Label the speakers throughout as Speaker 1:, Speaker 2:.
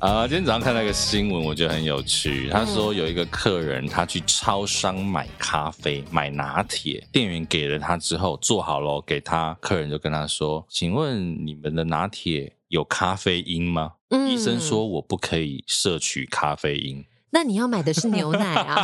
Speaker 1: 啊、今天早上看到一个新闻，我觉得很有趣。他说有一个客人，他去超商买咖啡、买拿铁，店员给了他之后，做好了给他，客人就跟他说：“请问你们的拿铁有咖啡因吗？”
Speaker 2: 嗯
Speaker 1: 医生说：“我不可以摄取咖啡因。
Speaker 2: 那你要买的是牛奶 啊，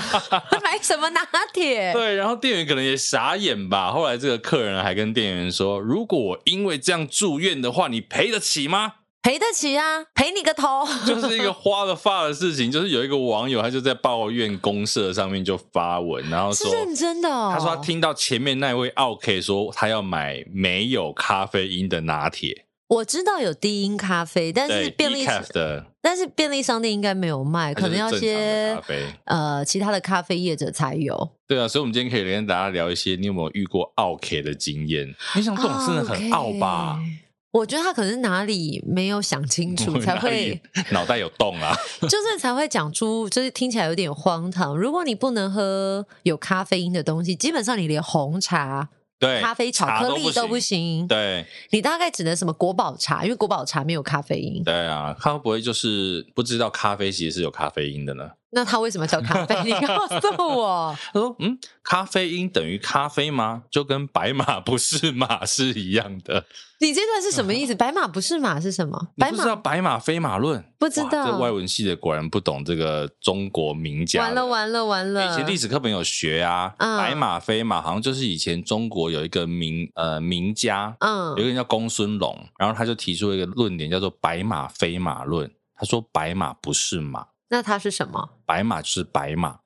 Speaker 2: 买什么拿铁？
Speaker 1: 对，然后店员可能也傻眼吧。后来这个客人还跟店员说：“如果我因为这样住院的话，你赔得起吗？”
Speaker 2: 赔得起啊，赔你个头！
Speaker 1: 就是一个花了发的事情，就是有一个网友他就在抱怨公社上面就发文，然后
Speaker 2: 是
Speaker 1: 说。
Speaker 2: 认真的哦。
Speaker 1: 他说他听到前面那位奥 K 说他要买没有咖啡因的拿铁，
Speaker 2: 我知道有低因咖啡，但是
Speaker 1: 对 E
Speaker 2: 便利
Speaker 1: decaf 的，
Speaker 2: 但是便利商店应该没有卖，
Speaker 1: 它
Speaker 2: 可
Speaker 1: 就是
Speaker 2: 能要
Speaker 1: 正常的
Speaker 2: 些
Speaker 1: 咖啡。
Speaker 2: 呃其他的咖啡业者才有。
Speaker 1: 对啊，所以我们今天可以跟大家聊一些你有没有遇过奥 K 的经验？没想到这种真的很奥吧
Speaker 2: 啊 OK？我觉得他可能是哪里没有想清楚，
Speaker 1: 我
Speaker 2: 才
Speaker 1: 哪
Speaker 2: 会
Speaker 1: 里脑袋有洞啊！
Speaker 2: 就是才会讲出，就是听起来有点荒唐。如果你不能喝有咖啡因的东西，基本上你连红茶、
Speaker 1: 对，
Speaker 2: 咖啡、巧克力
Speaker 1: 茶
Speaker 2: 都
Speaker 1: 都
Speaker 2: 不
Speaker 1: 不行。
Speaker 2: 行，
Speaker 1: 对
Speaker 2: 你大概只能什么国宝茶，因为国宝茶没有咖啡因。
Speaker 1: 对啊，他会不会就是不知道咖啡其实是有咖啡因的呢？
Speaker 2: 那它为什么叫咖啡？ 你告诉我。
Speaker 1: 他说：“嗯，咖啡因等于咖啡吗？就跟白马不是马是一样的。
Speaker 2: 你这段是什么意思？白马不是马是什么？
Speaker 1: 嗯你
Speaker 2: 白
Speaker 1: 不知
Speaker 2: 马
Speaker 1: 道白马非马论？
Speaker 2: 不知
Speaker 1: 哇
Speaker 2: 道
Speaker 1: 这外文系的果然不懂这个中国名家。
Speaker 2: 完了完了完了！
Speaker 1: 以前历史课本有学啊，
Speaker 2: 嗯
Speaker 1: 白马非马好像就是以前中国有一个名呃名家，
Speaker 2: 嗯
Speaker 1: 有一个人叫公孙龙，然后他就提出一个论点叫做白马非马论。他说白马不是马，
Speaker 2: 那它是什么？
Speaker 1: 白马是白 马。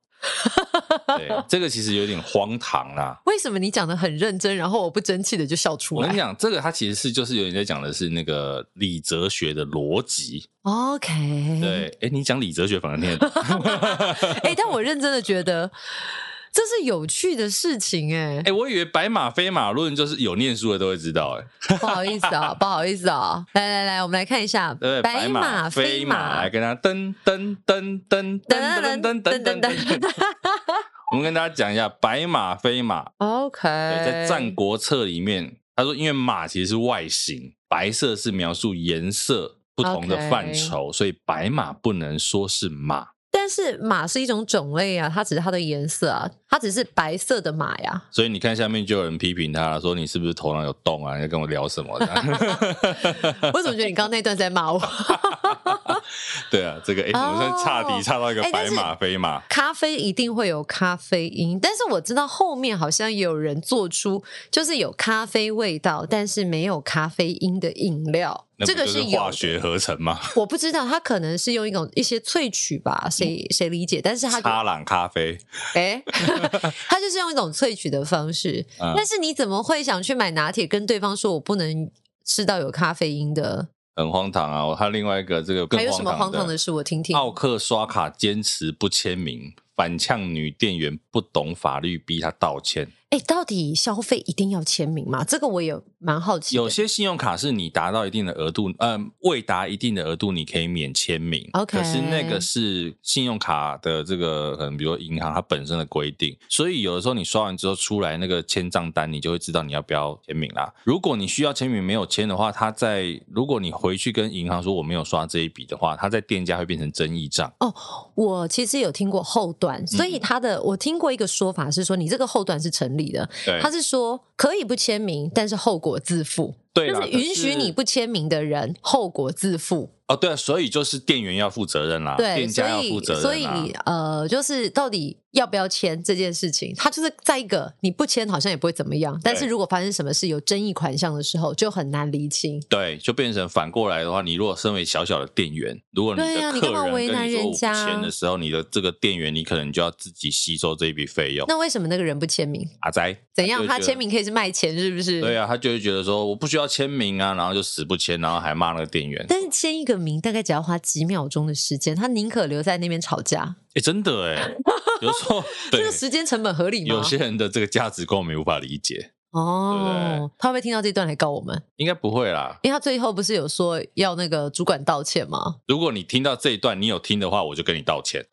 Speaker 1: 对，这个其实有点荒唐啊啦。
Speaker 2: 为什么你讲的很认真，然后我不争气的就笑出
Speaker 1: 我跟你
Speaker 2: 来
Speaker 1: 讲，这个它其实是就是有人在讲的是那个理哲学的逻辑。
Speaker 2: ？OK，
Speaker 1: 对，哎、你讲理哲学反而听得懂。
Speaker 2: 哎、但我认真的觉得这是有趣的事情哎、
Speaker 1: 哎、我以为白马非马论就是有念书的都会知道、诶
Speaker 2: 不好意思啊，不好意思啊，来来来，我们来看一下，
Speaker 1: 对不对？白
Speaker 2: 马
Speaker 1: 非
Speaker 2: 飞
Speaker 1: 马，来跟大家噔噔噔噔噔噔噔噔噔噔。我们跟大家讲一下白马非马，
Speaker 2: ，OK，
Speaker 1: 对，在《战国策》里面，他说因为马其实是外形，白色是描述颜色不同的
Speaker 2: OK
Speaker 1: 范畴，所以白马不能说是马。
Speaker 2: 但是马是一种种类啊，它只是它的颜色啊，它只是白色的马呀、
Speaker 1: 所以你看下面就有人批评他说你是不是头脑有洞啊？你在跟我聊什么？
Speaker 2: 我怎么觉得你刚刚那段在骂我？
Speaker 1: 对啊，这个哎、诶我们算差
Speaker 2: 哦
Speaker 1: 题差到一个
Speaker 2: 诶但
Speaker 1: 白
Speaker 2: 是
Speaker 1: 马非马。
Speaker 2: 咖啡一定会有咖啡因，但是我知道后面好像有人做出就是有咖啡味道，但是没有咖啡因的饮料，
Speaker 1: 那不
Speaker 2: 这个
Speaker 1: 就是
Speaker 2: 有
Speaker 1: 化
Speaker 2: 的
Speaker 1: 学合成吗？
Speaker 2: 我不知道，它可能是用一种一些萃取吧，谁谁理解？但是它就
Speaker 1: 插朗咖啡，
Speaker 2: 哎， 它就是用一种萃取的方式。
Speaker 1: 嗯
Speaker 2: 但是你怎么会想去买拿铁，跟对方说我不能吃到有咖啡因的？
Speaker 1: 很荒唐啊！还有另外一个这个更
Speaker 2: 还有什么
Speaker 1: 荒
Speaker 2: 荒唐
Speaker 1: 唐的，
Speaker 2: 的
Speaker 1: 啊
Speaker 2: 事？我听听。
Speaker 1: 奥克刷卡坚持不签名，反呛女店员不懂法律，逼他道歉。
Speaker 2: 哎，到底消费一定要签名吗？这个我也蛮好奇的。
Speaker 1: 有些信用卡是你达到一定的额度，嗯，未达一定的额度，你可以免签名。
Speaker 2: OK
Speaker 1: 可是那个是信用卡的这个，可能比如说银行它本身的规定，所以有的时候你刷完之后出来那个签账单，你就会知道你要不要签名啦。如果你需要签名没有签的话，它在如果你回去跟银行说我没有刷这一笔的话，它在店家会变成争议账。
Speaker 2: 我其实有听过后
Speaker 1: 嗯
Speaker 2: 段，所以他的、我听过一个说法是说，你这个后段是成立的。
Speaker 1: 对
Speaker 2: 他是说可以不签名，但是后果自负。
Speaker 1: 对
Speaker 2: 就
Speaker 1: 啦，
Speaker 2: 是
Speaker 1: 可
Speaker 2: 允许你不签名的人后果自负。
Speaker 1: 哦，对啊，所以就是店员要负责任啦，
Speaker 2: 对，
Speaker 1: 啊店
Speaker 2: 所
Speaker 1: 家要负
Speaker 2: 以
Speaker 1: 责任啊
Speaker 2: 所以
Speaker 1: 啦
Speaker 2: 呃，就是到底要不要签这件事情，它就是在一个你不签好像也不会怎么样，但是
Speaker 1: 对
Speaker 2: 如果发生什么事有争议款项的时候，就很难厘清。
Speaker 1: 对，就变成反过来的话，你如果身为小小的店员，如果你
Speaker 2: 对啊
Speaker 1: 的
Speaker 2: 你
Speaker 1: 客
Speaker 2: 干嘛
Speaker 1: 人
Speaker 2: 为
Speaker 1: 跟
Speaker 2: 难
Speaker 1: 你说
Speaker 2: 人
Speaker 1: 我不
Speaker 2: 家
Speaker 1: 签的时候，你的这个店员你可能就要自己吸收这一笔费用。
Speaker 2: 那为什么那个人不签名？
Speaker 1: 阿仔，
Speaker 2: 怎样？
Speaker 1: 就
Speaker 2: 他
Speaker 1: 觉得
Speaker 2: 签名可以是卖钱，是不是？
Speaker 1: 对啊，他就会觉得说我不需要签名啊，然后就死不签，然后还骂那个店员。
Speaker 2: 但是签一个名大概只要花几秒钟的时间，他宁可留在那边吵架，
Speaker 1: 哎，真的哎，有时候
Speaker 2: 这
Speaker 1: 对
Speaker 2: 个时间成本合理吗？
Speaker 1: 有些人的这个价值观我们无法理解，对不
Speaker 2: 哦，他会不会听到这段来告我们？
Speaker 1: 应该不会啦。
Speaker 2: 因为他最后不是有说要那个主管道 歉吗？
Speaker 1: 如果你听到这一段，你有听的话，我就跟你道歉。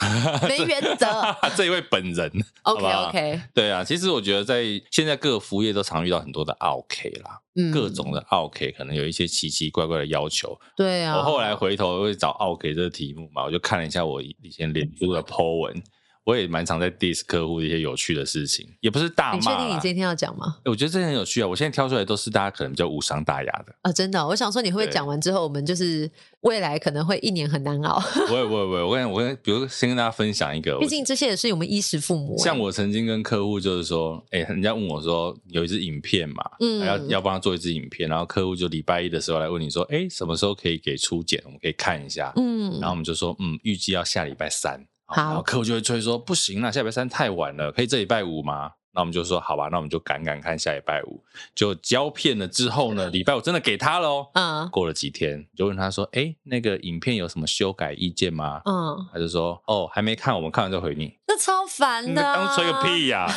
Speaker 2: 没原则。
Speaker 1: 这一位本人，
Speaker 2: OK
Speaker 1: 吧
Speaker 2: OK，
Speaker 1: 对啊，其实我觉得在现在各个服务业都常遇到很多的 OK 啦，
Speaker 2: 嗯，
Speaker 1: 各种的 OK，可能有一些奇奇怪怪的要求。
Speaker 2: 对啊。
Speaker 1: 我后来回头会找 OK 这个题目嘛，我就看了一下我以前脸书的 po 文，我也蛮常在 diss 客户的一些有趣的事情，也不是大
Speaker 2: 你确
Speaker 1: 骂
Speaker 2: 定你
Speaker 1: 啦。
Speaker 2: 今天要讲吗？
Speaker 1: 欸我觉得这很有趣啊！我现在挑出来都是大家可能比较无伤大雅 的，
Speaker 2: 啊，真的哦、我想说你会不会
Speaker 1: 对
Speaker 2: 讲完之后，我们就是未来可能会一年很难熬，
Speaker 1: 不会不会不会，我跟我跟，比如先跟大家分享一个，
Speaker 2: 毕竟这些也是我们衣食父母欸。
Speaker 1: 像我曾经跟客户就是说，哎、人家问我说有一支影片嘛，
Speaker 2: 嗯
Speaker 1: 要要帮他做一支影片，然后客户就礼拜一的时候来问你说，哎、什么时候可以给初检？我们可以看一下。
Speaker 2: 嗯
Speaker 1: 然后我们就说，嗯，预计要下礼拜三。
Speaker 2: 好
Speaker 1: 然后客户就会催说，不行啦，下礼拜三太晚了，可以这礼拜五吗？那我们就说好吧，那我们就赶赶看下礼拜五。就胶片了之后呢，礼拜五真的给他喽。
Speaker 2: 啊
Speaker 1: 过了几天，就问他说，哎、那个影片有什么修改意见吗？
Speaker 2: 嗯，
Speaker 1: 他就说，哦，还没看，我们看完再回你。
Speaker 2: 那超烦
Speaker 1: 你
Speaker 2: 的、啊，
Speaker 1: 当吹个！屁呀、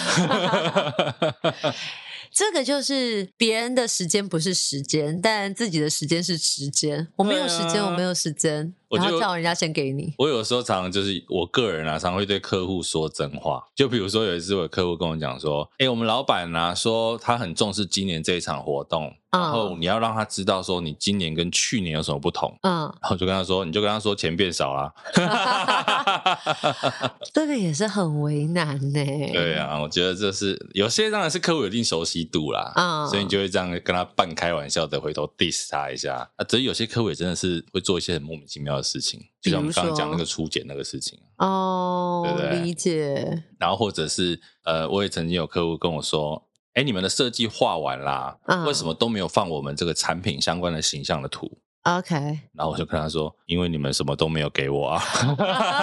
Speaker 2: 这个就是别人的时间不是时间，但自己的时间是时间。我没有时
Speaker 1: 对
Speaker 2: 间，
Speaker 1: 啊
Speaker 2: 我没有时间，
Speaker 1: 我
Speaker 2: 然后
Speaker 1: 就
Speaker 2: 叫人家先给你。
Speaker 1: 我有时候常常就是我个人啊，常会对客户说真话。就比如说有一次，我有客户跟我讲说：“哎、我们老板啊，说他很重视今年这一场活动，
Speaker 2: 嗯
Speaker 1: 然后你要让他知道说你今年跟去年有什么不同。”
Speaker 2: 嗯，
Speaker 1: 然后我就跟他说：“你就跟他说钱变少啦。
Speaker 2: 这个也是很为难呢、”
Speaker 1: 对啊，我觉得这是有些当然是客户有一定熟悉度啦，
Speaker 2: 嗯
Speaker 1: 所以你就会这样跟他半开玩笑的回头 diss 他一下啊。只是有些客户也真的是会做一些很莫名其妙的事情，就像我们刚刚讲那个初检那个事情。
Speaker 2: 哦，
Speaker 1: 对不对
Speaker 2: 理解。
Speaker 1: 然后或者是呃，我也曾经有客户跟我说，哎，你们的设计画完啦，
Speaker 2: 嗯
Speaker 1: 为什么都没有放我们这个产品相关的形象的图？
Speaker 2: OK，
Speaker 1: 然后我就跟他说，因为你们什么都没有给我啊。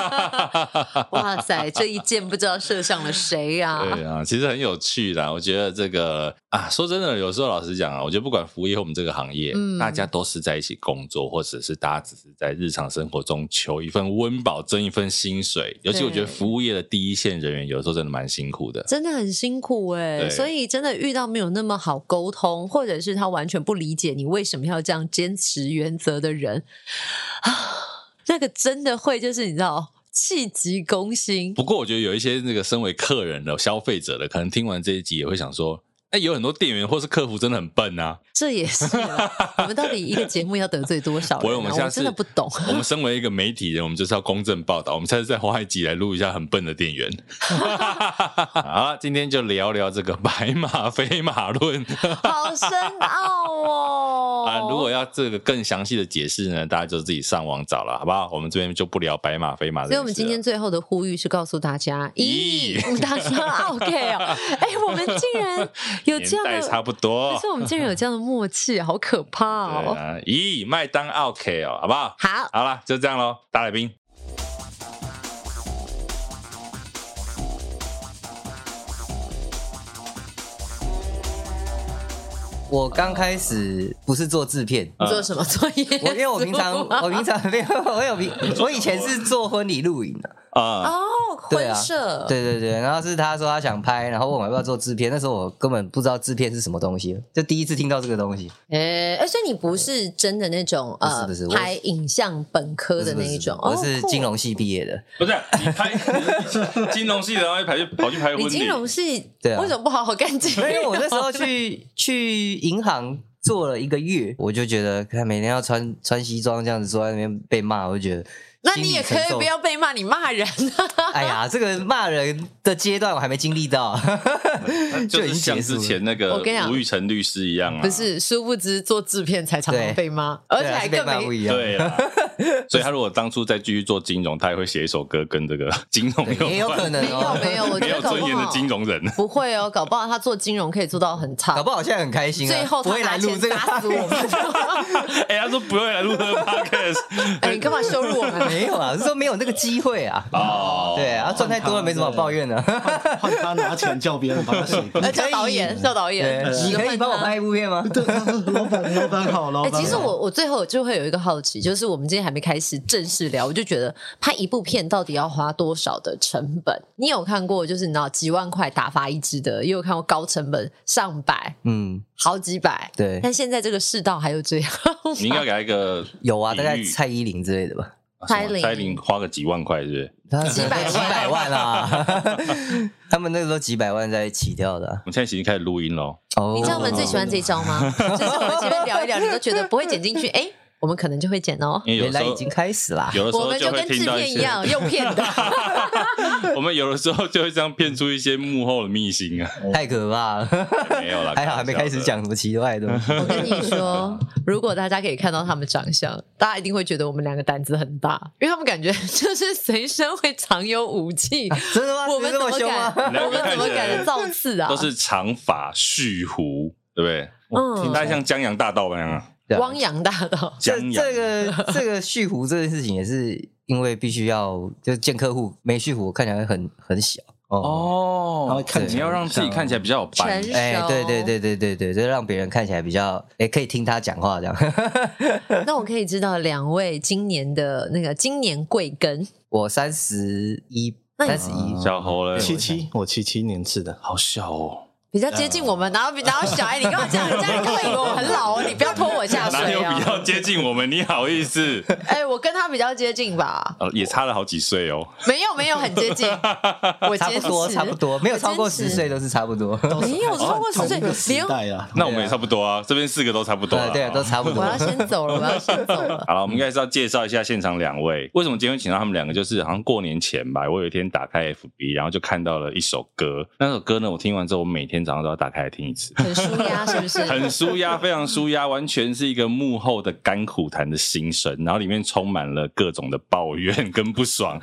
Speaker 2: 哇塞，这一箭不知道射向了谁呀、
Speaker 1: 对啊，其实很有趣啦。我觉得这个啊，说真的，有时候老实讲啊，我觉得不管服务业或我们这个行业，
Speaker 2: 嗯
Speaker 1: 大家都是在一起工作，或者是大家只是在日常生活中求一份温饱，争一份薪水。尤其我觉得
Speaker 2: 对
Speaker 1: 服务业的第一线人员，有时候真的蛮辛苦的。
Speaker 2: 真的很辛苦哎、
Speaker 1: 对
Speaker 2: 所以真的遇到没有那么好沟通，或者是他完全不理解你为什么要这样坚持原则的人啊，那个真的会就是你知道气急攻心
Speaker 1: 不过我觉得有一些那个身为客人的消费者的，可能听完这一集也会想说，哎，有很多店员或是客服真的很笨啊。
Speaker 2: 这也是啊我们到底一个节目要得罪多少
Speaker 1: 不会，
Speaker 2: 人、啊？
Speaker 1: 我们下次
Speaker 2: 真的不 懂。
Speaker 1: 我们身为一个媒体人，我们就是要公正报道。我们下次再花一集来录一下很笨的店 员。 好啦，今天就聊聊这个白马非马论
Speaker 2: 好深奥哦！
Speaker 1: 啊。如果要这个更详细的解释呢，大家就自己上网找了，好不好？我们这边就不聊白马非马这件事
Speaker 2: 所以，
Speaker 1: 了。
Speaker 2: 我们今天最后的呼吁是告诉大家：咦
Speaker 1: 咦，
Speaker 2: 我们大家 OK 哦？哎，我们竟然有这
Speaker 1: 年
Speaker 2: 样
Speaker 1: 代差
Speaker 2: 的，
Speaker 1: 不多
Speaker 2: 可是。我们竟然有这样的默契，好可怕
Speaker 1: 哦对
Speaker 2: 哦！
Speaker 1: 啊，咦，麦当 OK 哦，好不好？
Speaker 2: 好，
Speaker 3: 啊
Speaker 1: 好啦，就这样喽，打来宾。
Speaker 3: 我刚开始不是做制片，
Speaker 2: 你做什么作业？
Speaker 3: 我因为我平 常我平常没有，我有平我以前是做婚礼录影的，
Speaker 1: 啊、
Speaker 2: 哦，
Speaker 3: 对
Speaker 2: 婚
Speaker 3: 啊
Speaker 2: 摄，，
Speaker 3: 对对对，然后是他说他想拍，然后问我要不要做制片，那时候我根本不知道制片是什么东西，就第一次听到这个东西。
Speaker 2: 哎，哎所以你不是真的那种呃
Speaker 3: 不是不是我
Speaker 2: 拍影像本科的那一种，
Speaker 3: 不是不是我
Speaker 2: 哦
Speaker 3: 是
Speaker 2: 酷
Speaker 3: 金融系毕业的，
Speaker 1: 不是你拍金融系的，然后跑去跑去拍婚
Speaker 2: 你金
Speaker 1: 礼，
Speaker 2: 融系，
Speaker 3: 对啊
Speaker 2: 为什么不好好干净？
Speaker 3: 因为我那时候去去银行做了一个月，我就觉得看每天要穿穿西装这样子坐在那边被骂，我就觉得
Speaker 2: 那
Speaker 4: 心
Speaker 2: 你
Speaker 4: 理
Speaker 2: 也可
Speaker 4: 承
Speaker 2: 以
Speaker 4: 受
Speaker 2: 不要啊被骂，你骂人 啊！
Speaker 4: 哎呀，这个骂人的阶段我还没经历到，
Speaker 1: 就
Speaker 4: 已
Speaker 1: 是
Speaker 4: 经
Speaker 1: 像
Speaker 4: 结束
Speaker 1: 之
Speaker 4: 了。
Speaker 1: 前那个
Speaker 2: 我跟你讲
Speaker 1: 吴玉成律师一样啊，
Speaker 2: 不是，殊不知做制片才常常
Speaker 4: 对
Speaker 2: 被骂，而且
Speaker 4: 对啊
Speaker 2: 还
Speaker 4: 是被
Speaker 2: 更
Speaker 4: 骂不
Speaker 2: 没
Speaker 4: 一样，
Speaker 1: 对啦，所以他如果当初再继续做金融，他也会写一首歌跟这个 金融有
Speaker 4: 对，
Speaker 1: 关
Speaker 4: 也有可能
Speaker 2: 没有
Speaker 4: 哦。
Speaker 2: 没有，我
Speaker 1: 没
Speaker 2: 觉
Speaker 1: 有
Speaker 2: 得搞
Speaker 1: 尊
Speaker 2: 不
Speaker 1: 严的金
Speaker 2: 好
Speaker 1: 融人。
Speaker 2: 不会哦，搞不好他做金融可以做到很
Speaker 4: 搞
Speaker 2: 差，
Speaker 4: 不好现在很开心啊，
Speaker 2: 最后
Speaker 4: 不
Speaker 2: 他
Speaker 4: 会来
Speaker 2: 拿
Speaker 4: 录
Speaker 2: 钱
Speaker 4: 这个
Speaker 2: 打死我们。
Speaker 1: 哎，他说不会来录这个 podcast
Speaker 2: 哎，你干嘛羞辱我 们？
Speaker 4: 没有啊，是说没有那个机会啊。
Speaker 1: 哦，
Speaker 4: 对啊，赚太多了没什么好抱怨啊的。
Speaker 5: 换他拿钱叫别人把他写过
Speaker 2: 呃，。叫导演，叫导演 啊
Speaker 4: 对，，你可以帮我拍一部片吗？
Speaker 5: 对，他说老板，老板好，老
Speaker 2: 哎、
Speaker 5: 板
Speaker 2: 其
Speaker 5: 好。
Speaker 2: 实我我最后就会有一个好奇，就是我们今天还没开始正式聊，我就觉得拍一部片到底要花多少的成本？你有看过就是你知道几万块打发一支的，也有看过高成本上百、
Speaker 4: 嗯，
Speaker 2: 好几百。
Speaker 4: 对
Speaker 2: 但现在这个世道还有这样，
Speaker 1: 你应该给他一个
Speaker 4: 有啊，大概
Speaker 1: 比喻
Speaker 4: 蔡依林之类的吧。
Speaker 2: 蔡依林
Speaker 1: 蔡依林花个几万块是不是？
Speaker 4: 几
Speaker 2: 百万
Speaker 4: 几百万啊！ 他们那个都几百万在起跳的啊。
Speaker 1: 我们现在已经开始录音喽，
Speaker 4: 哦
Speaker 2: 你知道我们最喜欢这招 吗？就是我们前面聊一聊，你都觉得不会剪进去，哎、我们可能就会剪哦。
Speaker 1: 因为有
Speaker 4: 原
Speaker 1: 时
Speaker 4: 来
Speaker 1: 候
Speaker 4: 已经开始啦。
Speaker 1: 有的时
Speaker 2: 我
Speaker 1: 候
Speaker 2: 们
Speaker 1: 就
Speaker 2: 就
Speaker 1: 会
Speaker 2: 跟制
Speaker 1: 听到
Speaker 2: 片
Speaker 1: 一
Speaker 2: 一
Speaker 1: 些，
Speaker 2: 样，用骗的。
Speaker 1: 我们有的时候就会这样骗出一些幕后的秘辛啊。
Speaker 4: 太可怕了。
Speaker 1: 没有啦，
Speaker 4: 还好还没
Speaker 1: 开
Speaker 4: 开
Speaker 1: 玩笑
Speaker 4: 始
Speaker 1: 的。
Speaker 4: 讲什么奇怪的 东 西。
Speaker 2: 我跟你说，如果大家可以看到他们长相， 大家一定会觉得我们两个胆子很大，因为他们感觉就是随身会藏有武 器。
Speaker 4: 真的吗？
Speaker 2: 我们
Speaker 4: 这
Speaker 2: 怎
Speaker 4: 么
Speaker 2: 么
Speaker 4: 凶吗？
Speaker 2: 敢？我们怎么敢造次啊？
Speaker 1: 都是长发蓄胡，对不对？
Speaker 2: 嗯
Speaker 1: 大概像江洋大盗那样啊，
Speaker 4: 对啊
Speaker 2: 汪洋大盗，
Speaker 4: 这
Speaker 1: 江洋
Speaker 4: 这个这个蓄胡这件事情也是因为必须要就见客户没蓄胡看起来很很小哦，
Speaker 5: 然后
Speaker 1: 哦
Speaker 5: 看起来
Speaker 1: 你要让自己看起来比较有
Speaker 2: 成
Speaker 1: 扮
Speaker 2: 熟。
Speaker 4: 哎、对对。对对对对，就让别人看起来比较哎、可以听他讲话这样。
Speaker 2: 那我可以知道两位今年的那个今年贵庚？
Speaker 4: 我三十一，
Speaker 2: 那你
Speaker 4: 三十一，
Speaker 1: 小猴嘞，
Speaker 5: 七七，我七七年次的，
Speaker 1: 好小哦，
Speaker 2: 比较接近我
Speaker 1: 啊
Speaker 2: 们，然后比然后小哎，你干嘛这样？这样你会以为我很老哦，你不要拖我下
Speaker 1: 哪
Speaker 2: 水
Speaker 1: 有比
Speaker 2: 啊！
Speaker 1: 较接近我们？你好意思？
Speaker 2: 哎，我跟他比较接近吧？
Speaker 1: 呃，也差了好几岁哦。
Speaker 2: 没有没有，很 接近，我
Speaker 4: 差不
Speaker 2: 坚持
Speaker 4: 多差不多，没有超过
Speaker 2: 坚持
Speaker 4: 十岁都是差不多。
Speaker 2: 没有超过十岁
Speaker 1: 哦
Speaker 5: 同一个时
Speaker 2: 连
Speaker 5: 代啊，
Speaker 1: 那我们也差不多啊，这边四个都差不多
Speaker 4: 对
Speaker 1: 啊。
Speaker 4: 对啊，都差不 多
Speaker 2: 我。要先走了，我要先走了。
Speaker 1: 好了，我们应该是要介绍一下现场两位。为什么今天会请到他们两个？就是好像过年前吧，我有一天打开 FB，然后就看到了一首歌。那首歌呢，我听完之后，我每天早上都要打开来听一次。
Speaker 2: 很舒压是 不是？
Speaker 1: 很舒压，非常舒压，完全是一个幕后的甘苦谈的心声，然后里面充满了各种的抱怨跟不爽。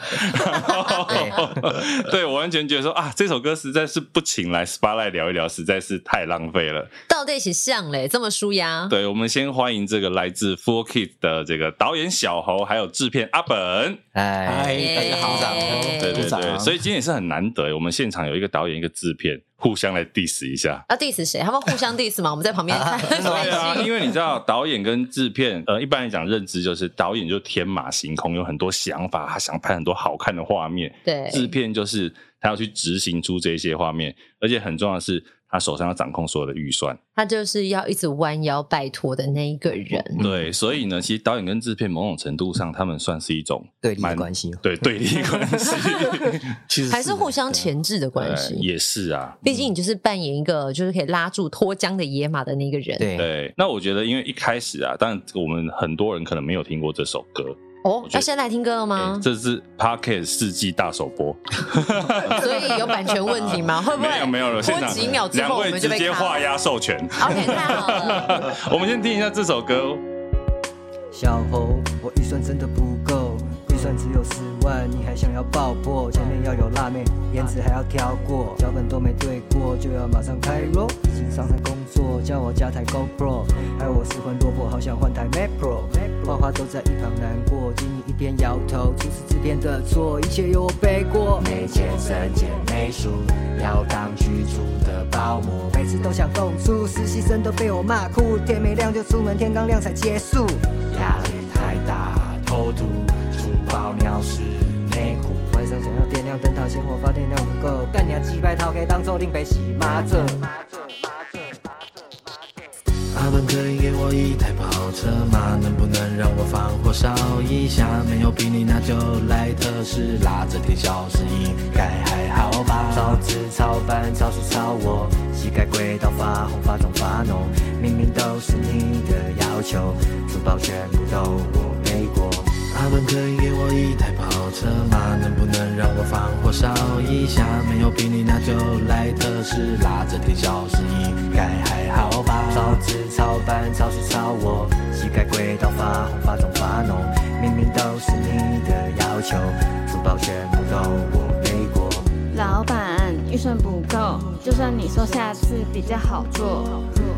Speaker 1: 对我完全觉得说啊，这首歌实在是不请来 SPA 来聊一聊，实在是太浪费了。
Speaker 2: 倒在一起像嘞，这么舒压。
Speaker 1: 对，我们先欢迎这个来自 Four Kids 的这个导演小猴，还有制片阿本。
Speaker 4: 哎，
Speaker 5: 哎大家 好
Speaker 2: 耶
Speaker 1: 对对
Speaker 5: 哎鼓掌啊
Speaker 1: 对，所以今天也是很难得，我们现场有一个导演，一个制片，互相来 diss 一下。
Speaker 2: 要啊 diss 谁？他们互相 diss 嘛，我们在旁边看。
Speaker 1: 对啊，因为你知道导演跟制片，呃，一般来讲认知就是导演就天马行空，有很多想法，他想拍很多好看的画面；
Speaker 2: 对，
Speaker 1: 制片就是他要去执行出这些画面，而且很重要的是，他手上要掌控所有的预算。
Speaker 2: 他就是要一直弯腰拜托的那一个人。
Speaker 1: 对，所以呢，其实导演跟制片某种程度上，他们算是一 种
Speaker 4: 对立的
Speaker 1: 蛮
Speaker 4: 关系哦
Speaker 1: 对对立关系，
Speaker 5: 其实
Speaker 2: 还是互相
Speaker 5: 前。
Speaker 2: 钳制的关
Speaker 1: 呃
Speaker 2: 系，
Speaker 1: 也是啊。
Speaker 2: 毕竟你就是扮演一个就是可以拉住脱缰的野马的那个人。
Speaker 4: 对，
Speaker 1: 对，那我觉得，因为一开始啊，但我们很多人可能没有听过这首歌，我，
Speaker 2: 哦
Speaker 1: 觉得
Speaker 2: 要先来听歌了
Speaker 1: 诶
Speaker 2: 吗？
Speaker 1: 这是 Pocket 世纪大首播。
Speaker 2: 所以有版权问 题吗？会不会
Speaker 1: 哎没有没有了，现
Speaker 2: 过
Speaker 1: 场
Speaker 2: 几秒之
Speaker 1: 两
Speaker 2: 后我
Speaker 1: 位
Speaker 2: 们就
Speaker 1: 直
Speaker 2: 被
Speaker 1: 接画
Speaker 2: 卡了
Speaker 1: 押授权。
Speaker 2: ？OK，太好了。
Speaker 1: 我们先听一下这首 歌，
Speaker 4: 小猴，我预算真的不够，预算只有十万，你还想要爆破？前面要有辣妹，颜值还要挑过，脚本都没对过，就要马上开 roll。已经上山工作，叫我加台 GoPro，害我失魂落魄，好想换台 Mac Pro。花花都在一旁难过，经理一边摇头，其实制片的错，一切由我背锅。
Speaker 6: 没钱省钱没数，要当居住的保姆。
Speaker 4: 每次都想动粗，实习生都被我骂哭，天没亮就出门，天刚亮才结束。
Speaker 6: 压力太大，偷渡出包尿湿内裤。
Speaker 4: 晚上想要点亮灯塔，嫌我发电量不够，干娘鸡排套可以当做令北洗麻疹。
Speaker 6: 阿文可以给我一台跑车吗？能不能让我放火烧一下？没有比你那就来特斯拉，这点小事应该还好吧？
Speaker 4: 超值超班超时超我，膝盖跪到发红发肿发脓，明明都是你的要求，珠宝全部都我背过。
Speaker 6: 阿他们可以给我一台跑车吗？能不能让我放火烧一下？没有比你那就来特斯拉，这点小事应该还好吧？
Speaker 3: 超值超班超时超我，膝盖跪到发红发肿发脓，明明都是你的要求，珠宝全部都我背过。
Speaker 7: 老板，预算不够，就算你说下次比较好做，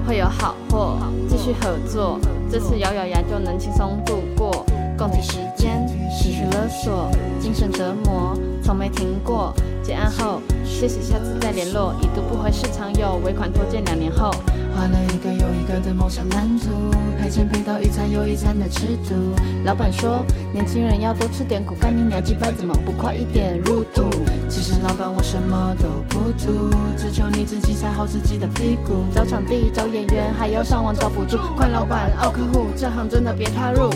Speaker 7: 会有好货，继续合作，这次咬咬牙就能轻松度过。共体时间，情绪勒索，精神折磨，从没停过。结案后，谢谢，下次再联络。已读不回是常有，尾款拖欠两年后。
Speaker 8: 画了一个又一个的梦想蓝图，赔钱赔到一餐又一餐的吃土。老板说，年轻人要多吃点苦，干你娘鸡巴，怎么不快一点入土？其实老板我什么都不图，只求你自己踩好自己的屁股。
Speaker 7: 找场地，找演员，还要上网找补助。快老板，奥客户，这行真的别踏入。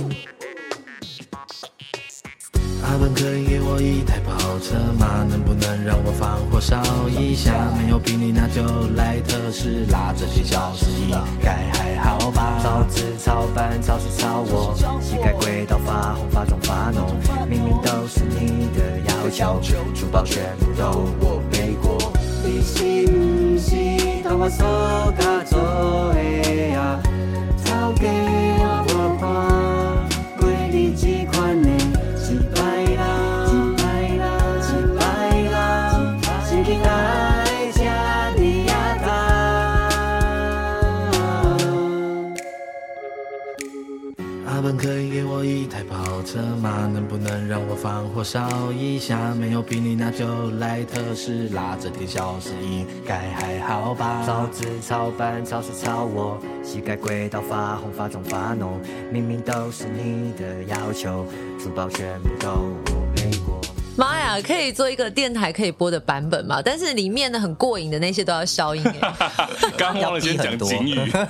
Speaker 6: 他们可以给我一台跑车吗？能不能让我放火烧一下？没有比你那就来特斯拉，这些小事应该还好吧？
Speaker 3: 超值超班超时超我，膝盖跪到发红发肿发脓，明明都是你的要求，珠宝全部都我背过。你是不是当我手卡做的啊？抄给我看，过你这款的，一摆啦，一摆啦，一摆啦，心情爱这呢啊大。
Speaker 6: 他们可以给我一台跑车吗？能不能让我放火烧一下？没有比你那就来特斯拉，这点小事应该还好
Speaker 5: 哎
Speaker 6: 吧？
Speaker 3: 超值超班超时超我，膝盖跪到发红发肿发脓，明明都是你的要求，珠宝全部都我背过。
Speaker 2: 妈呀，可以做一个电台可以播的版本嘛？但是里面呢很过瘾的那些都要消音、 欸，
Speaker 1: 刚忘了先讲警语，啊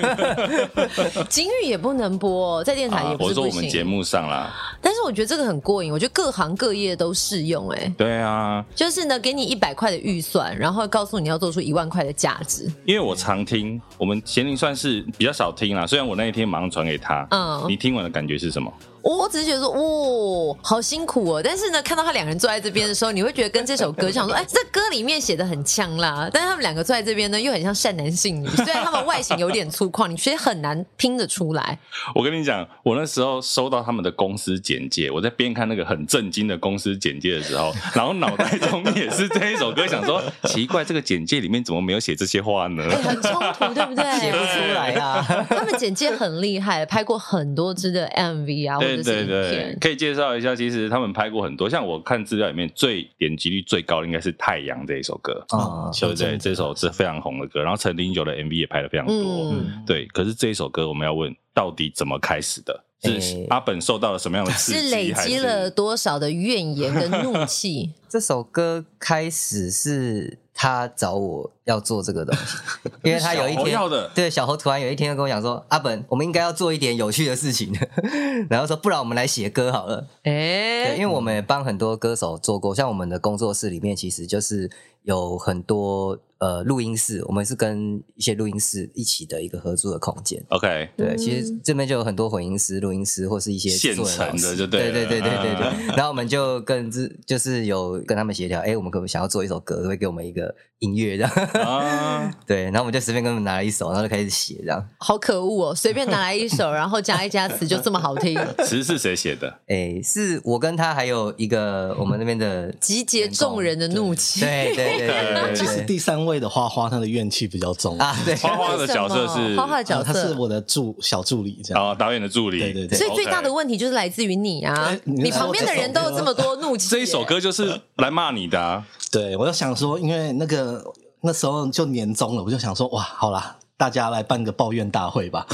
Speaker 2: 警语也不能播，在电台哎也
Speaker 1: 哦
Speaker 2: 不
Speaker 1: 我
Speaker 2: 是
Speaker 1: 说
Speaker 2: 不
Speaker 1: 我们节
Speaker 2: 行。
Speaker 1: 目上啦，
Speaker 2: 但是我觉得这个很过瘾，我觉得各行各业都适用、欸，哎。
Speaker 1: 对啊，
Speaker 2: 就是呢，给你一百块的预算，然后告诉你要做出一万块的价值。
Speaker 1: 因为我常听，我们咸宁算是比较少听啦。虽然我那一天马上传给他，
Speaker 2: 嗯
Speaker 1: 你听完的感觉是什么？
Speaker 2: 我我只是觉得说，哇、好辛苦哦。但是呢，看到他两个人坐在这边的时候，你会觉得跟这首歌就想说， 哎，这歌里面写的很呛辣，但是他们两个坐在这边呢，又很像善男信女。虽然他们外形有点粗犷，你却很难听得出来。
Speaker 1: 我跟你讲，我那时候收到他们的公司简介，我在边看那个很震惊的公司简介的时 候，然后脑袋中也是这一首歌，想说奇怪，这个简介里面怎么没有写这些话呢？
Speaker 2: 哎、很冲突，对不对？
Speaker 5: 写不出来 啊。
Speaker 2: 他们简介很厉害，拍过很多支的 MV 啊，或者
Speaker 1: 对
Speaker 2: 是
Speaker 1: 对
Speaker 2: 影
Speaker 1: 对
Speaker 2: 片，。
Speaker 1: 可以介绍一下。其实他们拍过很多，像我看资料里面最点击率最高的应该是《太阳》这一首歌，
Speaker 4: 哦
Speaker 5: 啊，
Speaker 1: 对不对？这首是非常红的歌，然后陈零九的 MV 也拍的非常多。
Speaker 2: 嗯
Speaker 1: 对，可是这一首歌我们要问，到底怎么开始的？是
Speaker 5: 诶
Speaker 1: 阿本受到了什么样的刺激？
Speaker 2: 是累积
Speaker 1: 还
Speaker 2: 了
Speaker 1: 是
Speaker 2: 多少的怨言跟怒气？
Speaker 4: 这首歌开始是他找我要做这个 东西，因为他有一
Speaker 1: 小侯
Speaker 4: 天
Speaker 1: 哦要的
Speaker 4: 对小侯突然有一天就跟我讲说：“阿啊本，我们应该要做一点有趣的事情。” 然后说：“不然我们来写歌好了。”
Speaker 2: 哎、
Speaker 4: 对，因为我们也帮很多歌手做过，像我们的工作室里面，其实就是有很多呃录音室，我们是跟一些录音室一起的一个合作的空间。
Speaker 1: OK？
Speaker 4: 对，其
Speaker 5: 嗯
Speaker 4: 实这边就有很多混音师、录音师或是一些
Speaker 1: 现
Speaker 4: 制作人
Speaker 1: 成
Speaker 4: 老师
Speaker 1: 的就对
Speaker 4: 对对
Speaker 1: 了
Speaker 4: 对对对
Speaker 1: 啊
Speaker 4: 对。然后我们就跟这就是有跟他们协调，哎，我们可不可以想要做一首歌，可不可以给我们一个音乐这样？
Speaker 1: 啊，
Speaker 4: 对，然后我们就随便给他们拿了一首，然后就开始写这样。
Speaker 2: 好可恶哦！随便拿来一 首，然后加一加词就这么好听，
Speaker 1: 词是谁写 的？
Speaker 4: 哎，是我跟他还有一个我们那边 的，
Speaker 2: 集结众人的怒气。
Speaker 4: 对对对对对
Speaker 5: 其实
Speaker 4: 对对
Speaker 5: 第三位的花花，他的怨气比较重
Speaker 4: 啊，对。
Speaker 1: 花花的角色是
Speaker 2: 花花的角
Speaker 5: 啊他是
Speaker 2: 色，
Speaker 5: 我的助小助理这样。
Speaker 1: 哦，导演的助理。
Speaker 5: 对对对
Speaker 2: 所以最大的
Speaker 1: OK
Speaker 2: 问题就是来自于你啊！
Speaker 5: 哎你
Speaker 2: 你旁边的人都有这么多怒气耶，
Speaker 1: 这一首歌就是来骂你的、啊，
Speaker 5: 对，我就想说，因为那个那时候就年终了，我就想说，哇，好啦，大家来办个抱怨大会 吧。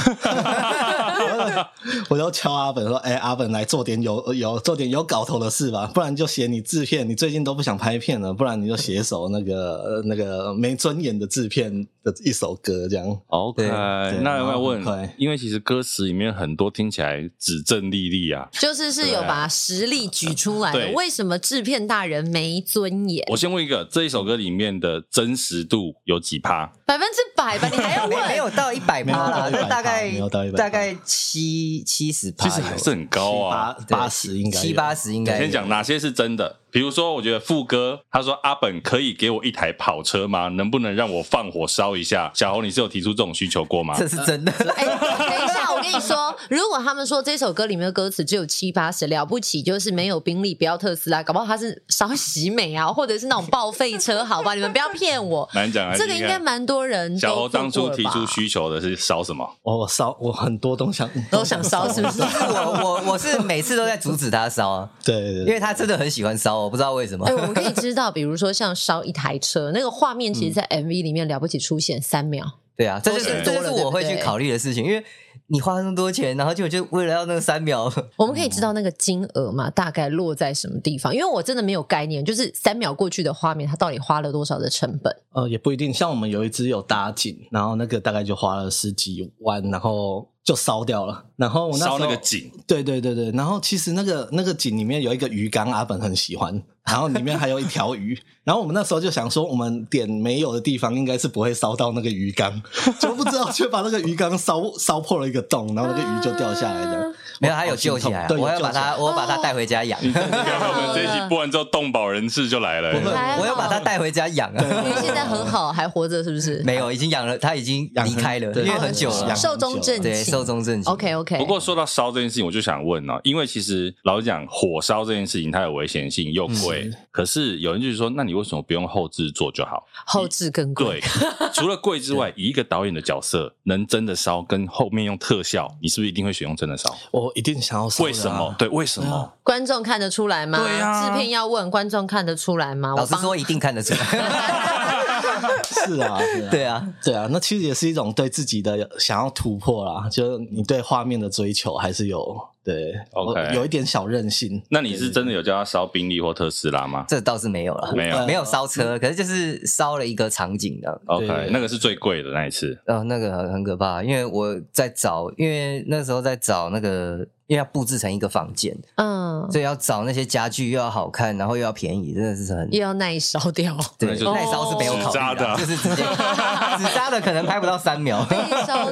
Speaker 5: 我就敲阿本说：“哎、阿本来做点有有做点有搞头的事吧，不然就写你制片，你最近都不想拍片了，不然你就写一首那个呃那个没尊严的制片的一首歌，这样
Speaker 1: OK，
Speaker 4: 对对
Speaker 1: 那有没有
Speaker 5: 然后很
Speaker 1: 问
Speaker 5: 快？
Speaker 1: 因为其实歌词里面很多听起来指证莉莉啊。
Speaker 2: 就是是有把实力举出来的。
Speaker 1: 对
Speaker 2: 为什么制片大人没尊严？
Speaker 1: 我先问一个，这一首歌里面的真实度有几趴？
Speaker 2: 百分之百 吧，你还要
Speaker 4: 没没
Speaker 2: 问？
Speaker 4: 有到一百
Speaker 5: 没有
Speaker 4: 趴
Speaker 5: 到
Speaker 4: 啦，
Speaker 5: 100%
Speaker 4: 那大概
Speaker 5: 没有到100%
Speaker 4: 大概七七十趴
Speaker 1: 其
Speaker 4: 有，
Speaker 1: 实还是很高啊。
Speaker 5: 七八八十应该有
Speaker 4: 七八十应该有
Speaker 1: 先讲哪些是真的，比如说，我觉得副歌他说阿本可以给我一台跑车吗？能不能让我放火烧一下？小红，你是有提出这种需求过吗？
Speaker 4: 这是 真的。
Speaker 2: 哎，等一下，我跟你说，如果他们说这首歌里面的歌词只有七八十，了不起就是没有宾利，不要特斯拉，搞不好他是烧喜美啊， 或者是那种报废车，好吧？你们不要骗我，
Speaker 1: 难讲啊，
Speaker 2: 这个应该蛮多人都
Speaker 1: 小红当初
Speaker 2: 做过了
Speaker 1: 提
Speaker 2: 吧
Speaker 1: 出需求的是烧什么？
Speaker 5: 哦我我烧我很多 都想
Speaker 2: 都想烧， 是不是？
Speaker 4: 是我我我是每次都在阻止他烧啊，
Speaker 5: 对对对，
Speaker 4: 因为他真的很喜欢烧，我不知道为什么
Speaker 2: 哎、。我们可以知道，比如说像烧一台车，那个画面其实，在
Speaker 1: 嗯
Speaker 2: MV 里面了不起出现三秒，
Speaker 4: 对啊，这就是
Speaker 1: 对
Speaker 4: 这就是我会去考虑的事情，因为你花那么多钱，然后就就为了要那三秒，
Speaker 2: 我们可以知道那个金额嘛，大概落在什么地方？因为我真的没有概念，就是三秒过去的画面，它到底花了多少的成本？
Speaker 5: 呃，也不一定。像我们有一只有搭景，然后那个大概就花了十几万，然后就烧掉了。然后我那时
Speaker 1: 烧
Speaker 5: 候
Speaker 1: 那个 井，
Speaker 5: 对对对对。然后其实那个那个井里面有一个鱼缸，阿本很喜欢，然后里面还有一条鱼。然后我们那时候就想说，我们点没有的地方应该是不会烧到那个鱼缸， 就不知道却把那个鱼缸烧烧破了一个洞，然后那个鱼就掉下来的。
Speaker 4: 没有他有救起来啊，
Speaker 5: 对有
Speaker 4: 我要把
Speaker 5: 救起来
Speaker 4: 他我要把他带回家养，
Speaker 1: 你看我们这一集播完之后，动保人士就来了、
Speaker 5: 不会
Speaker 4: 我要把他带回家养啊。
Speaker 2: 因为现在很好，还活着，是不是？
Speaker 4: 没有，已经养了，他已经
Speaker 5: 养
Speaker 4: 离
Speaker 5: 很
Speaker 4: 开了，
Speaker 5: 对哦
Speaker 4: 因为很久
Speaker 5: 养
Speaker 4: 了
Speaker 5: 很。
Speaker 2: 寿终正
Speaker 4: 对，
Speaker 2: 寝
Speaker 4: 寿终正寝。
Speaker 2: ，OK OK。
Speaker 1: 不过说到烧这件事情，我就想问哦，因为其实老实讲火烧这件事情它有危险性又贵，可是有人就是说，那你为什么不用后置做就好？
Speaker 2: 后置更贵
Speaker 1: 对，，除了贵之外，以一个导演的角色，能真的烧跟后面用特效，你是不是一定会选用真的烧？
Speaker 5: 我一定想要烧的啊、
Speaker 1: 为什么？对，为什么？
Speaker 2: 观众看得出来吗？
Speaker 1: 对啊
Speaker 2: 制片要问观众看得出来吗？
Speaker 4: 老
Speaker 2: 我
Speaker 4: 实
Speaker 2: 帮
Speaker 4: 说，一定看得出来。
Speaker 5: 是啊，是啊
Speaker 4: 对啊，
Speaker 5: 对啊，那其实也是一种对自己的想要突破啦，就是你对画面的追求还是有对
Speaker 1: OK
Speaker 5: 我有一点小任性。
Speaker 1: 那你是真的有叫他烧宾利或特斯拉吗
Speaker 4: 这倒是没有了，
Speaker 1: 没有
Speaker 4: 没有烧车，可是就是烧了一个场景的。
Speaker 1: ？OK，
Speaker 5: 对
Speaker 1: 那个是最贵的那一次。
Speaker 4: 呃，那个很很可怕，因为我在找，因为那时候在找那个，因为要布置成一个房间，
Speaker 2: 嗯，
Speaker 4: 所以要找那些家具又要好看，然后又要便宜，真的是很
Speaker 2: 又要耐烧掉，
Speaker 4: 对
Speaker 1: 那就是
Speaker 4: 耐烧是没有考虑
Speaker 1: 纸扎的啊
Speaker 4: 的，就是直接纸扎的可能拍不到三秒。
Speaker 2: 被 烧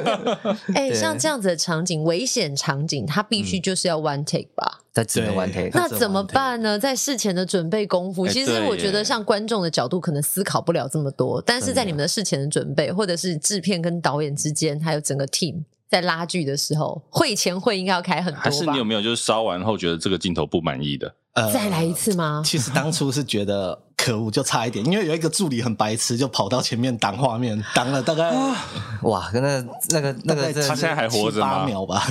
Speaker 2: 掉。哎、
Speaker 4: 对
Speaker 2: 像这样子的场景，危险场景，它必
Speaker 1: 嗯
Speaker 2: 须就是要 one take 吧？
Speaker 4: 他只能玩 take，
Speaker 2: 那怎么办呢？在事前的准备功夫，
Speaker 1: 哎
Speaker 2: 其实
Speaker 1: 对
Speaker 2: 我觉得
Speaker 1: 耶
Speaker 2: 像观众的角度可能思考不了这么多，但是在你们的事前的准备，或者是制片跟导演之间，还有整个 team 在拉剧的时候，会前会应该要开很
Speaker 1: 还
Speaker 2: 多
Speaker 1: 是你有
Speaker 2: 吧？
Speaker 1: 没有就是烧完后觉得这个镜头不满意的？
Speaker 5: 呃
Speaker 2: 再来一。次吗？
Speaker 5: 其实当初是觉得可恶，就差一点，因为有一个助理很白痴，就跑到前面挡画面，挡了大概
Speaker 4: 哇，跟那个那个那
Speaker 5: 大概
Speaker 4: 个真
Speaker 1: 啊
Speaker 4: 的
Speaker 5: 七
Speaker 1: 他现在还活着吗
Speaker 5: 七八秒吧，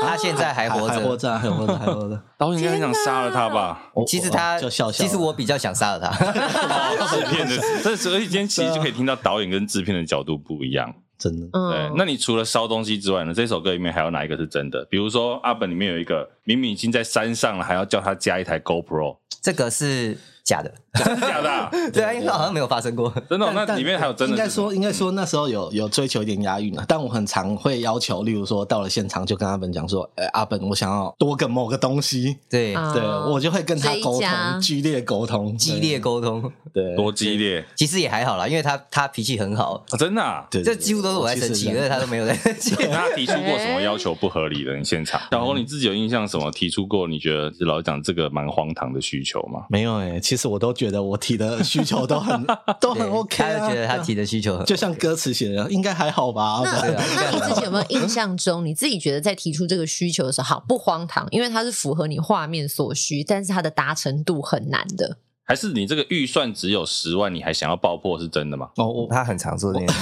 Speaker 4: 他现在还活
Speaker 5: 还
Speaker 4: 着。
Speaker 5: 活着啊，还活着，还 活着。
Speaker 1: 导演应该很想杀了他吧？
Speaker 5: 我
Speaker 4: 其实他
Speaker 5: 我就笑笑
Speaker 4: 其
Speaker 5: 了，
Speaker 4: 实我比较想杀了他。
Speaker 1: 制片的，这所以今天其实就可以听到导演跟制片的角度不一样。
Speaker 5: 真的
Speaker 1: 对
Speaker 2: 嗯，，
Speaker 1: 那你除了烧东西之外呢？这首歌里面还有哪一个是真的？比如说阿本里面有一个明明已经在山上了，还要叫他加一台 GoPro，
Speaker 4: 这个是假的，
Speaker 1: 真的假的 啊？
Speaker 4: 对啊，因为好像没有发生过。
Speaker 1: 真的哦？
Speaker 5: 但
Speaker 1: 那
Speaker 5: 但
Speaker 1: 里面还有真的
Speaker 5: 应
Speaker 1: 是什么？
Speaker 5: 该说，应该说那时候有有追求一点押韵啊，但我很常会要求，例如说到了现场就跟阿本讲说，呃，阿本，我想要多个某个东西，
Speaker 4: 对，
Speaker 2: 啊
Speaker 5: 对我就会跟他沟
Speaker 2: 追加
Speaker 5: 通，剧烈沟通，
Speaker 4: 激烈沟通，
Speaker 5: 对，
Speaker 1: 多激烈
Speaker 4: 其实也还好啦，因为他他脾气很好，
Speaker 1: 啊！真的、啊。
Speaker 5: 对，对
Speaker 4: 这几乎都是我在生气，而且他都没有在生 气。
Speaker 1: 那他提出过什么要求不合理的？你现场，
Speaker 5: 哎
Speaker 1: 小红你自己有印象什么提出过？你觉得老实讲这个蛮荒唐的需求吗？
Speaker 5: 没有哎、其实我都觉得我提的需求都 很都很
Speaker 4: 对
Speaker 5: OK，、啊、
Speaker 4: 他就觉得他提的需求很
Speaker 5: 就像歌词写的，应该还好吧？？
Speaker 2: 那
Speaker 4: 对啊
Speaker 2: 那你自己有没有印象中，你自己觉得在提出这个需求的时候，好不荒唐？因为它是符合你画面所需，但是它的达成度很难的。
Speaker 1: 还是你这个预算只有十万，你还想要爆破是真的吗
Speaker 5: 哦，我
Speaker 4: 他很常做这件事，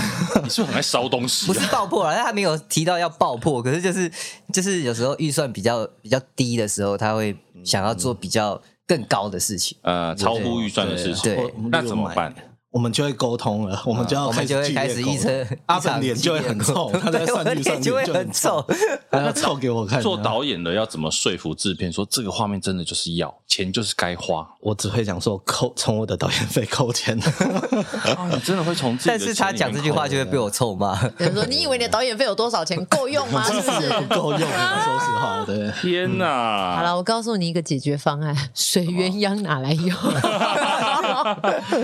Speaker 1: 你是不是很爱烧东西、啊
Speaker 4: 不是爆破了， 但他没有提到要爆破，可是就是就是有时候预算比较比较低的时候，他会想要做比较更高的事情。
Speaker 1: 呃，超乎预算的事情，
Speaker 4: 对
Speaker 5: 我
Speaker 1: 那怎么办？？
Speaker 5: 我们就会沟通了，我们就要
Speaker 4: 哦我们就会
Speaker 5: 剧烈
Speaker 4: 开始
Speaker 5: 沟
Speaker 4: 一
Speaker 5: 通
Speaker 4: 车，
Speaker 5: 阿
Speaker 4: 一场
Speaker 5: 本啊脸就会很臭，
Speaker 4: 剧烈
Speaker 5: 他在
Speaker 4: 对我的
Speaker 5: 算预算
Speaker 4: 脸就会
Speaker 5: 就
Speaker 4: 很臭，
Speaker 5: 他要臭给我
Speaker 4: 啊
Speaker 5: 看。
Speaker 1: 做，导演的要怎么说服制片说这个画面真的就是要钱就是该花？
Speaker 5: 我只会讲说扣从我的导演费 扣钱，
Speaker 1: 啊，你真的会从自己的
Speaker 4: 但是他
Speaker 1: 钱里面
Speaker 4: 讲这句话
Speaker 1: 扣
Speaker 4: 就会被我臭骂。
Speaker 5: 嗯
Speaker 2: 有人说：“你以为你的导演费有多少钱？够用 吗？是不是
Speaker 5: 不够用，啊
Speaker 4: 啊
Speaker 5: 说实话，对。
Speaker 1: 天哪、？”
Speaker 2: 好
Speaker 4: 嗯
Speaker 2: 了，我告诉你一个解决方案：水鸳鸯拿来用。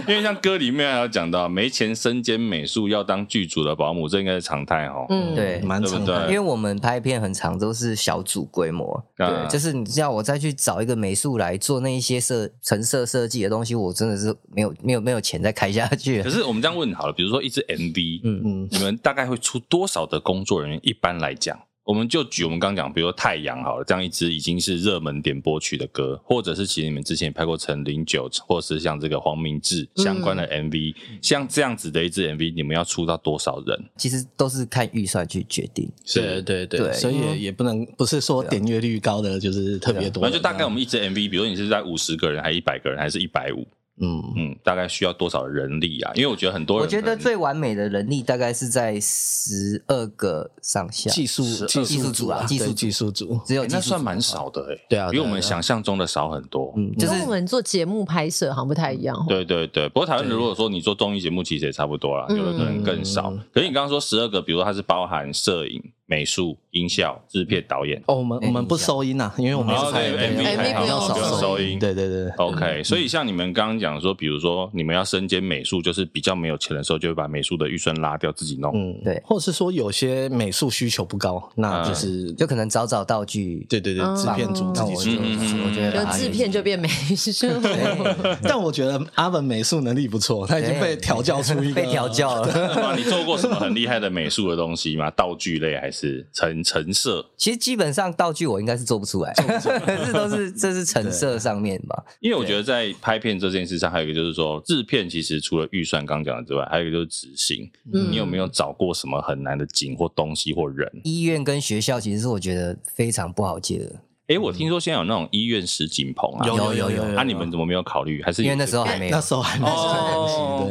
Speaker 1: 因为像歌里面还有讲到，没钱身兼美术要当剧组的保姆，这应该是常态哦哈。
Speaker 2: 嗯，
Speaker 4: 对
Speaker 5: 蛮常
Speaker 1: 对不对。
Speaker 5: 的
Speaker 4: 因为我们拍片很长都是小组规模，
Speaker 1: 啊
Speaker 4: 对，就是你知道我再去找一个美术来做那一些设成色设计的东西，我真的是没有没有没有钱再开下去
Speaker 1: 可
Speaker 4: 了。
Speaker 1: 是我们这样问好了，比如说一支 MV，
Speaker 4: 嗯
Speaker 5: 嗯，
Speaker 1: 你们大概会出多少的工作人员？一般来讲，我们就举我们刚刚讲，比如说《太阳》好了，这样一支已经是热门点播曲的歌，或者是其实你们之前也拍过陈零九，或者是像这个黄明志相关的 MV，、像这样子的一支 MV，你们要出到多少人？
Speaker 4: 其实都是看预算去决定。
Speaker 5: 对对对，
Speaker 4: 对啊
Speaker 5: 所以也也不能不是说点阅率高的就是特别多
Speaker 1: 反
Speaker 5: 的，
Speaker 1: 正就大概我们一支 MV，比如说你是在五十个人，还一百个人，还是一百五？
Speaker 5: 嗯，
Speaker 1: 嗯，大概需要多少人力啊？因为我觉得很多人
Speaker 4: 我觉
Speaker 1: 可
Speaker 4: 得
Speaker 1: 能
Speaker 4: 最完美的人力大概是在十二个上下，
Speaker 5: 技术哎技
Speaker 4: 技术
Speaker 5: 术
Speaker 4: 组
Speaker 5: 组
Speaker 4: 啊
Speaker 5: 啊，
Speaker 4: 技术
Speaker 5: 对
Speaker 4: 组
Speaker 5: 技术组，
Speaker 4: 只有
Speaker 1: 欸
Speaker 4: 技
Speaker 1: 那
Speaker 4: 术组
Speaker 1: 算蛮少的哎、
Speaker 5: 对啊对啊
Speaker 1: 比我们
Speaker 5: 对啊
Speaker 1: 想象中的少很多。
Speaker 4: 嗯，就是
Speaker 2: 跟我们做节目拍摄好像不太一样哦。
Speaker 1: 对对对，不过台湾如果说你做综艺节目，其实也差不多啦，
Speaker 2: 嗯
Speaker 1: 有的可能更少。可是你刚刚说十二个，比如说它是包含摄影、美术、音效、制片、导演。
Speaker 5: 哦，我们
Speaker 4: 没
Speaker 5: 我们不
Speaker 4: 印象
Speaker 5: 收音啊，因为我们
Speaker 1: 哦
Speaker 5: 是拍
Speaker 4: 哎
Speaker 1: 对
Speaker 5: MV
Speaker 2: MV
Speaker 5: 拍
Speaker 2: 不用
Speaker 5: 比较
Speaker 2: 收
Speaker 5: 少
Speaker 1: 音
Speaker 5: 对对对，
Speaker 1: OK，所以像你们刚刚讲说，比如说你们要身兼美术，就是比较没有钱的时候，就会把美术的预算拉掉，自己弄。
Speaker 5: 嗯，
Speaker 4: 对
Speaker 5: 或者是说有些美术需求不高，那
Speaker 4: 嗯
Speaker 5: 就是
Speaker 4: 就可能找找道具，
Speaker 5: 对对
Speaker 2: 嗯
Speaker 5: 对，制片组自
Speaker 4: 啊那
Speaker 5: 己
Speaker 4: 我
Speaker 5: 去
Speaker 4: 就
Speaker 5: 做。
Speaker 1: 嗯
Speaker 4: 我觉得
Speaker 2: 就制片就变美术，
Speaker 4: 嗯
Speaker 5: 但我觉得阿本美术能力不错，他已经被调教出 一个
Speaker 4: 被调，教了。
Speaker 1: 哇，你做过什么很厉害的美术的东西吗？道具类还是成成色？
Speaker 4: 其实基本上道具我应该是做不出来， 这都是这是成色上面吧。
Speaker 1: 因为我觉得在拍片这件事上，还有一个就是说，制片其实除了预算刚刚讲的之外，还有一个就是执行。
Speaker 2: 嗯
Speaker 1: 你有没有找过什么很难的景或东西或人？
Speaker 4: 医院跟学校其实是我觉得非常不好接的，
Speaker 1: 哎、我听说现在有那种医院实景棚啊，
Speaker 5: 有
Speaker 4: 有有有
Speaker 1: 啊，你们怎么没有考虑？还是
Speaker 4: 因为那时候还没有
Speaker 5: 那时候还没有这
Speaker 4: 哦
Speaker 5: 个东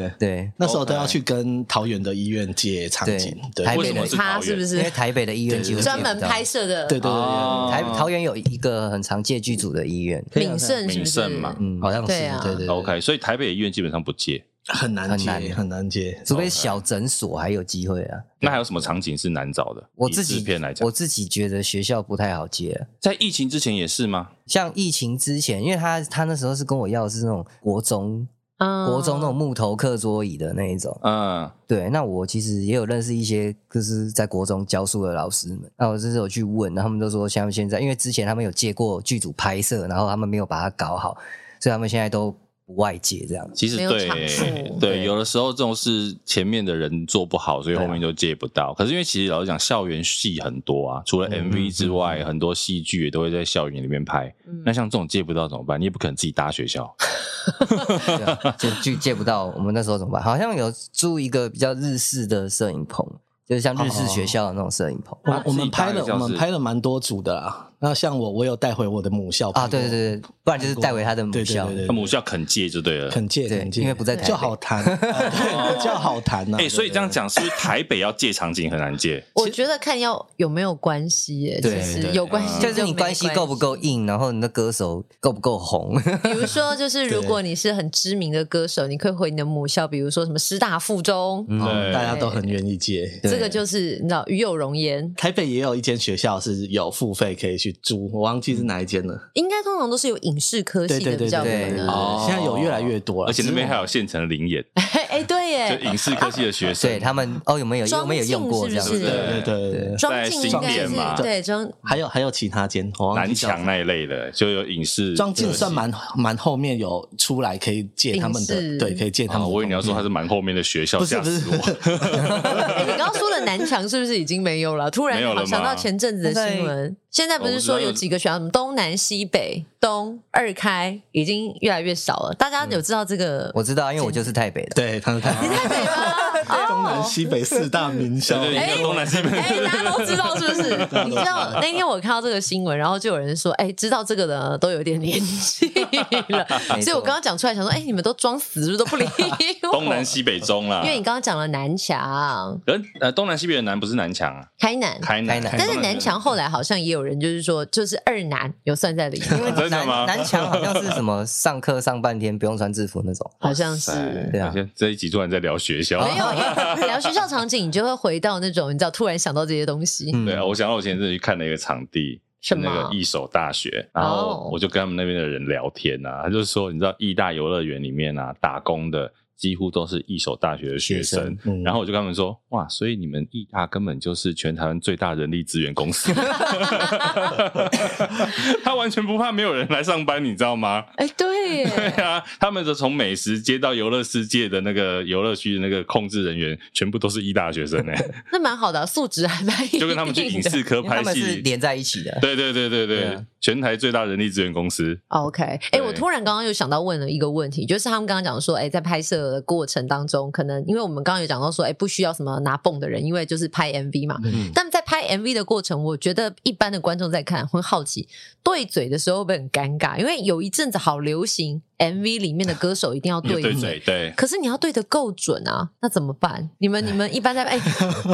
Speaker 5: 西， 对。
Speaker 4: 对，
Speaker 5: 那时候都要去跟桃园的医院借场景，
Speaker 4: 对
Speaker 5: 对
Speaker 4: 台
Speaker 1: 为
Speaker 4: 北
Speaker 1: 什
Speaker 4: 的
Speaker 1: 么是
Speaker 2: 他
Speaker 1: 桃
Speaker 2: 是不
Speaker 1: 园？
Speaker 4: 因为
Speaker 2: 是
Speaker 4: 台北的医院几乎
Speaker 2: 专门拍
Speaker 4: 摄。
Speaker 2: 摄的？
Speaker 5: 对对对，
Speaker 1: 哦
Speaker 4: 台桃园有一个很常借剧组的医院，
Speaker 2: 敏盛是不
Speaker 1: 名
Speaker 2: 是
Speaker 1: 胜？嘛
Speaker 4: 嗯，好像是
Speaker 2: 对啊
Speaker 4: 对对对
Speaker 1: OK，所以台北的医院基本上不借。
Speaker 5: 很难
Speaker 4: 很难
Speaker 5: 接，很难接。
Speaker 4: 除非小诊所还有机会啊。
Speaker 1: 那还有什么场景是难找的？
Speaker 4: 我
Speaker 1: 以
Speaker 4: 自己
Speaker 1: 制片来讲
Speaker 4: 我，自己觉得学校不太好接啊、
Speaker 1: 在疫情之前也是吗？
Speaker 4: 像疫情之前，因为他他那时候是跟我要的是那种国中
Speaker 2: 嗯
Speaker 4: 国中那种木头课桌椅的那一种，
Speaker 1: 嗯，
Speaker 4: 对，那我其实也有认识一些就是在国中教书的老师们，那我就是有去问，然后他们都说像现在，因为之前他们有借过剧组拍摄，然后他们没有把它搞好，所以他们现在都不外借这样。
Speaker 1: 其实
Speaker 2: 没有
Speaker 1: 对
Speaker 2: 场处
Speaker 1: 对，有的时候这种是前面的人做不好，所以后面就借不
Speaker 5: 啊
Speaker 1: 到。可是因为其实老实讲，校园戏很多啊，除了
Speaker 5: 嗯
Speaker 1: MV 之外，很多戏剧也都会在校园里面拍。
Speaker 5: 嗯
Speaker 2: 嗯
Speaker 1: 那像这种借不到怎么办？你也不可能自己搭学校。
Speaker 4: 对啊，就就借不到。我们那时候怎么办？好像有租一个比较日式的摄影棚，就是像日式学校的那种摄影棚。
Speaker 5: 我我
Speaker 1: 自己
Speaker 5: 们拍
Speaker 1: 搭
Speaker 5: 了
Speaker 1: 一个，
Speaker 5: 我
Speaker 1: 教室
Speaker 5: 们拍了蛮多组的啦。那像我，我有带回我的母校
Speaker 4: 啊，对对对对，不然就是带回他的母
Speaker 5: 对对
Speaker 4: 校。
Speaker 5: 对对
Speaker 1: 那母校肯借就对了，
Speaker 5: 肯借
Speaker 4: 对
Speaker 5: 肯借，
Speaker 4: 因为不在台北
Speaker 5: 就好 谈，对比较好谈啊呐。
Speaker 1: 哎、所以这样讲，是不是台北要借场景很难 借？
Speaker 2: 我觉得看要有没有关系耶，
Speaker 4: 对
Speaker 2: 其实
Speaker 4: 对嗯
Speaker 2: 有关系，
Speaker 4: 就是你关系够不够？硬，然后你的歌手够不够红，
Speaker 2: 比如说，就是如果你是很知名的歌手，你可以回你的母校，比如说什么师大附中，
Speaker 4: 嗯
Speaker 1: 对
Speaker 5: 大家都很愿意借。
Speaker 2: 这个就是你知道与有容颜，
Speaker 5: 台北也有一间学校是有付费可以去租，我忘记是哪一间了。
Speaker 4: 嗯
Speaker 2: 应该通常都是有影视科
Speaker 5: 对
Speaker 2: 系
Speaker 5: 对
Speaker 2: 的
Speaker 5: 对
Speaker 2: 比较
Speaker 5: 对
Speaker 2: 有
Speaker 4: 对
Speaker 5: 对
Speaker 2: 名
Speaker 5: 对，
Speaker 2: 额。
Speaker 5: 对现在有越来越多了，
Speaker 1: 而且那边还
Speaker 5: 有
Speaker 1: 有现成的灵演，
Speaker 2: 哎，对
Speaker 1: 就
Speaker 2: 耶，
Speaker 1: 影视科系的学 生，
Speaker 4: 对他们哦有没有有没有用过这样
Speaker 2: 装进是不
Speaker 4: 子？
Speaker 2: 是
Speaker 5: 对对对，对
Speaker 2: 庄
Speaker 1: 在
Speaker 2: 敬应该是
Speaker 1: 新店嘛
Speaker 2: 对庄，
Speaker 5: 还有还有其他间，我忘
Speaker 1: 南
Speaker 5: 记叫什么
Speaker 1: 墙那一类的，就有影视
Speaker 5: 庄敬算蛮蛮后面有出来可以借他们
Speaker 4: 哎
Speaker 2: 影视
Speaker 5: 的，对，可以借他
Speaker 1: 啊，
Speaker 5: 们的东西。
Speaker 1: 我以为你要说他是蛮后面的学校，
Speaker 5: 不是
Speaker 1: 吓
Speaker 5: 不
Speaker 1: 死
Speaker 5: 是
Speaker 1: 我！
Speaker 2: 哎你刚刚说的南墙是不是已经没有了？突然
Speaker 1: 没有了吗
Speaker 2: 想到前阵子的新闻，现在不是说有几个学校，什么东南西北东二开，已经越来越少了。大家有知道这个？
Speaker 4: 我知道，因为我就是台北的。
Speaker 5: 对，他是台
Speaker 2: 太北吗？
Speaker 5: 东南南西北四大名校，
Speaker 1: 对对，有东南西北，
Speaker 2: 哎，大家都知道是不是？你知道那天我看到这个新闻，然后就有人说，哎，知道这个的都有点年纪了，
Speaker 4: 没错
Speaker 2: 所以我刚刚讲出来，想说，哎，你们都装死，是不是都不理 我？
Speaker 1: 东南，西北中啦
Speaker 2: 因。为你刚刚讲了南墙、
Speaker 1: 可是呃，东南西北的南不是南墙啊，
Speaker 2: 嗯开南，
Speaker 1: 开
Speaker 4: 台
Speaker 1: 南。
Speaker 4: 南
Speaker 2: 但是南墙后来好像也有人就是说，就是二南有算在里面，
Speaker 1: 真的
Speaker 4: 南
Speaker 1: 吗
Speaker 4: 南墙好像是什么上课上半天不用穿制服 那种，
Speaker 2: 好像是。
Speaker 1: 哎
Speaker 4: 对啊
Speaker 1: 好像这一集突然在聊学校，
Speaker 2: 没有，因为聊学校场景，你就会回到那种你知道，突然想到这些东西。
Speaker 4: 嗯
Speaker 1: 对啊，我想到我前阵子去看了一个场地，
Speaker 2: 什
Speaker 1: 是
Speaker 2: 么
Speaker 1: 那个一手大学，然
Speaker 2: 哦
Speaker 1: 后我就跟他们那边的人聊天啊，他就说，你知道义大游乐园里面啊，打工的几乎都是一手大学的学
Speaker 4: 学
Speaker 1: 生
Speaker 4: 生，
Speaker 5: 嗯
Speaker 1: 然后我就跟他们说，哇，所以你们义大根本就是全台湾最大人力资源公司， 他完全不怕没有人来上班，你知道吗？
Speaker 2: 哎，对
Speaker 1: 对
Speaker 2: 耶，
Speaker 1: 啊，他们的从美食街到游乐世界的那个游乐区的那个控制人员，全部都是义大学生哎、
Speaker 2: 那蛮好的啊，素质还蛮一定的。
Speaker 1: 就跟他们去影视科
Speaker 4: 因为他
Speaker 1: 拍
Speaker 4: 们是
Speaker 1: 戏
Speaker 4: 连在一起的。
Speaker 1: 对对对对对，
Speaker 4: 对啊
Speaker 1: 全台最大人力资源公司。
Speaker 2: OK，哎、
Speaker 1: 对
Speaker 2: 我突然刚刚又想到问了一个问题，就是他们刚刚讲说，哎、在拍摄的过程当中，可能因为我们刚刚有讲到说，哎、不需要什么拿泵的人，因为就是拍 MV 嘛。
Speaker 5: 嗯
Speaker 2: 但在拍 MV 的过程，我觉得一般的观众在看会好奇，对嘴的时候会不会很尴尬？因为有一阵子好流行 MV 里面的歌手一定要对
Speaker 1: 对
Speaker 2: 嘴，
Speaker 1: 对对，
Speaker 2: 可是你要对的够准啊，那怎么办？你们你们一般在哎、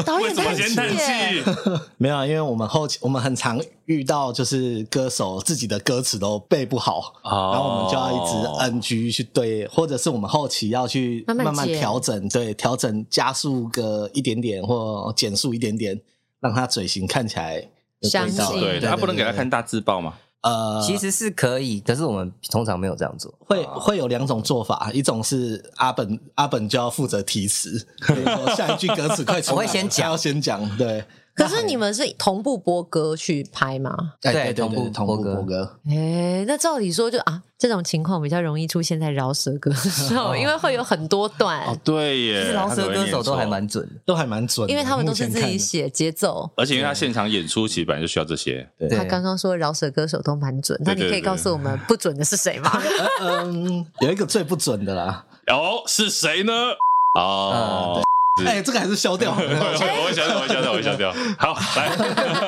Speaker 2: 导演
Speaker 1: 为什么
Speaker 2: 叹
Speaker 1: 先
Speaker 2: 气
Speaker 1: 叹
Speaker 2: 耶，
Speaker 1: 气？
Speaker 5: 没有啊，因为我们后期我们很常遇到，就是歌手自己的歌词都背不好，
Speaker 1: 哦
Speaker 5: 然后我们就要一直 NG 去对，或者是我们后期要去
Speaker 2: 慢慢
Speaker 5: 慢慢
Speaker 2: 剪
Speaker 5: 调整，对，调整加速个一点点或减速一点点，让他嘴型看起来有
Speaker 2: 相
Speaker 5: 味道
Speaker 2: 信
Speaker 1: 对，他不能给他看大字报嘛。
Speaker 5: 呃，
Speaker 4: 其实是可以，可是我们通常没有这样做。
Speaker 5: 会会有两种做法，一种是阿本阿本就要负责提词，比如说下一句歌词快出来，
Speaker 4: 我会先讲
Speaker 5: 他要先讲，对，
Speaker 2: 可是你们是同步播歌去拍吗？
Speaker 5: 哎
Speaker 4: 对
Speaker 5: 对
Speaker 4: 同步
Speaker 5: 同步
Speaker 4: 播歌
Speaker 5: 播歌，
Speaker 2: 哎，那照理说就啊，这种情况比较容易出现在饶舌歌手，因为会有很多段，
Speaker 1: 哦，对
Speaker 4: 其实
Speaker 1: 耶，
Speaker 4: 饶舌
Speaker 1: 他可能
Speaker 4: 歌
Speaker 1: 会
Speaker 4: 手
Speaker 1: 念
Speaker 4: 都还
Speaker 1: 错。
Speaker 4: 蛮准的，
Speaker 5: 都还蛮准的，
Speaker 2: 因为他们都是
Speaker 5: 目前
Speaker 2: 自
Speaker 5: 看
Speaker 2: 己写节奏。
Speaker 1: 而且因为他现场演出，其实本来就需要这些。
Speaker 5: 对
Speaker 2: 他
Speaker 4: 啊
Speaker 2: 刚刚说饶舌歌手都蛮准，
Speaker 1: 对
Speaker 2: 那你可以
Speaker 1: 对对
Speaker 2: 告诉我们不准的是谁吗？
Speaker 5: 嗯，有一个最不准的啦，
Speaker 1: 哦，是谁呢？哦，
Speaker 5: 哎、这个还是消掉好
Speaker 1: 我
Speaker 5: 了。
Speaker 1: 我会消掉，我会消掉，我会消 掉。好，来，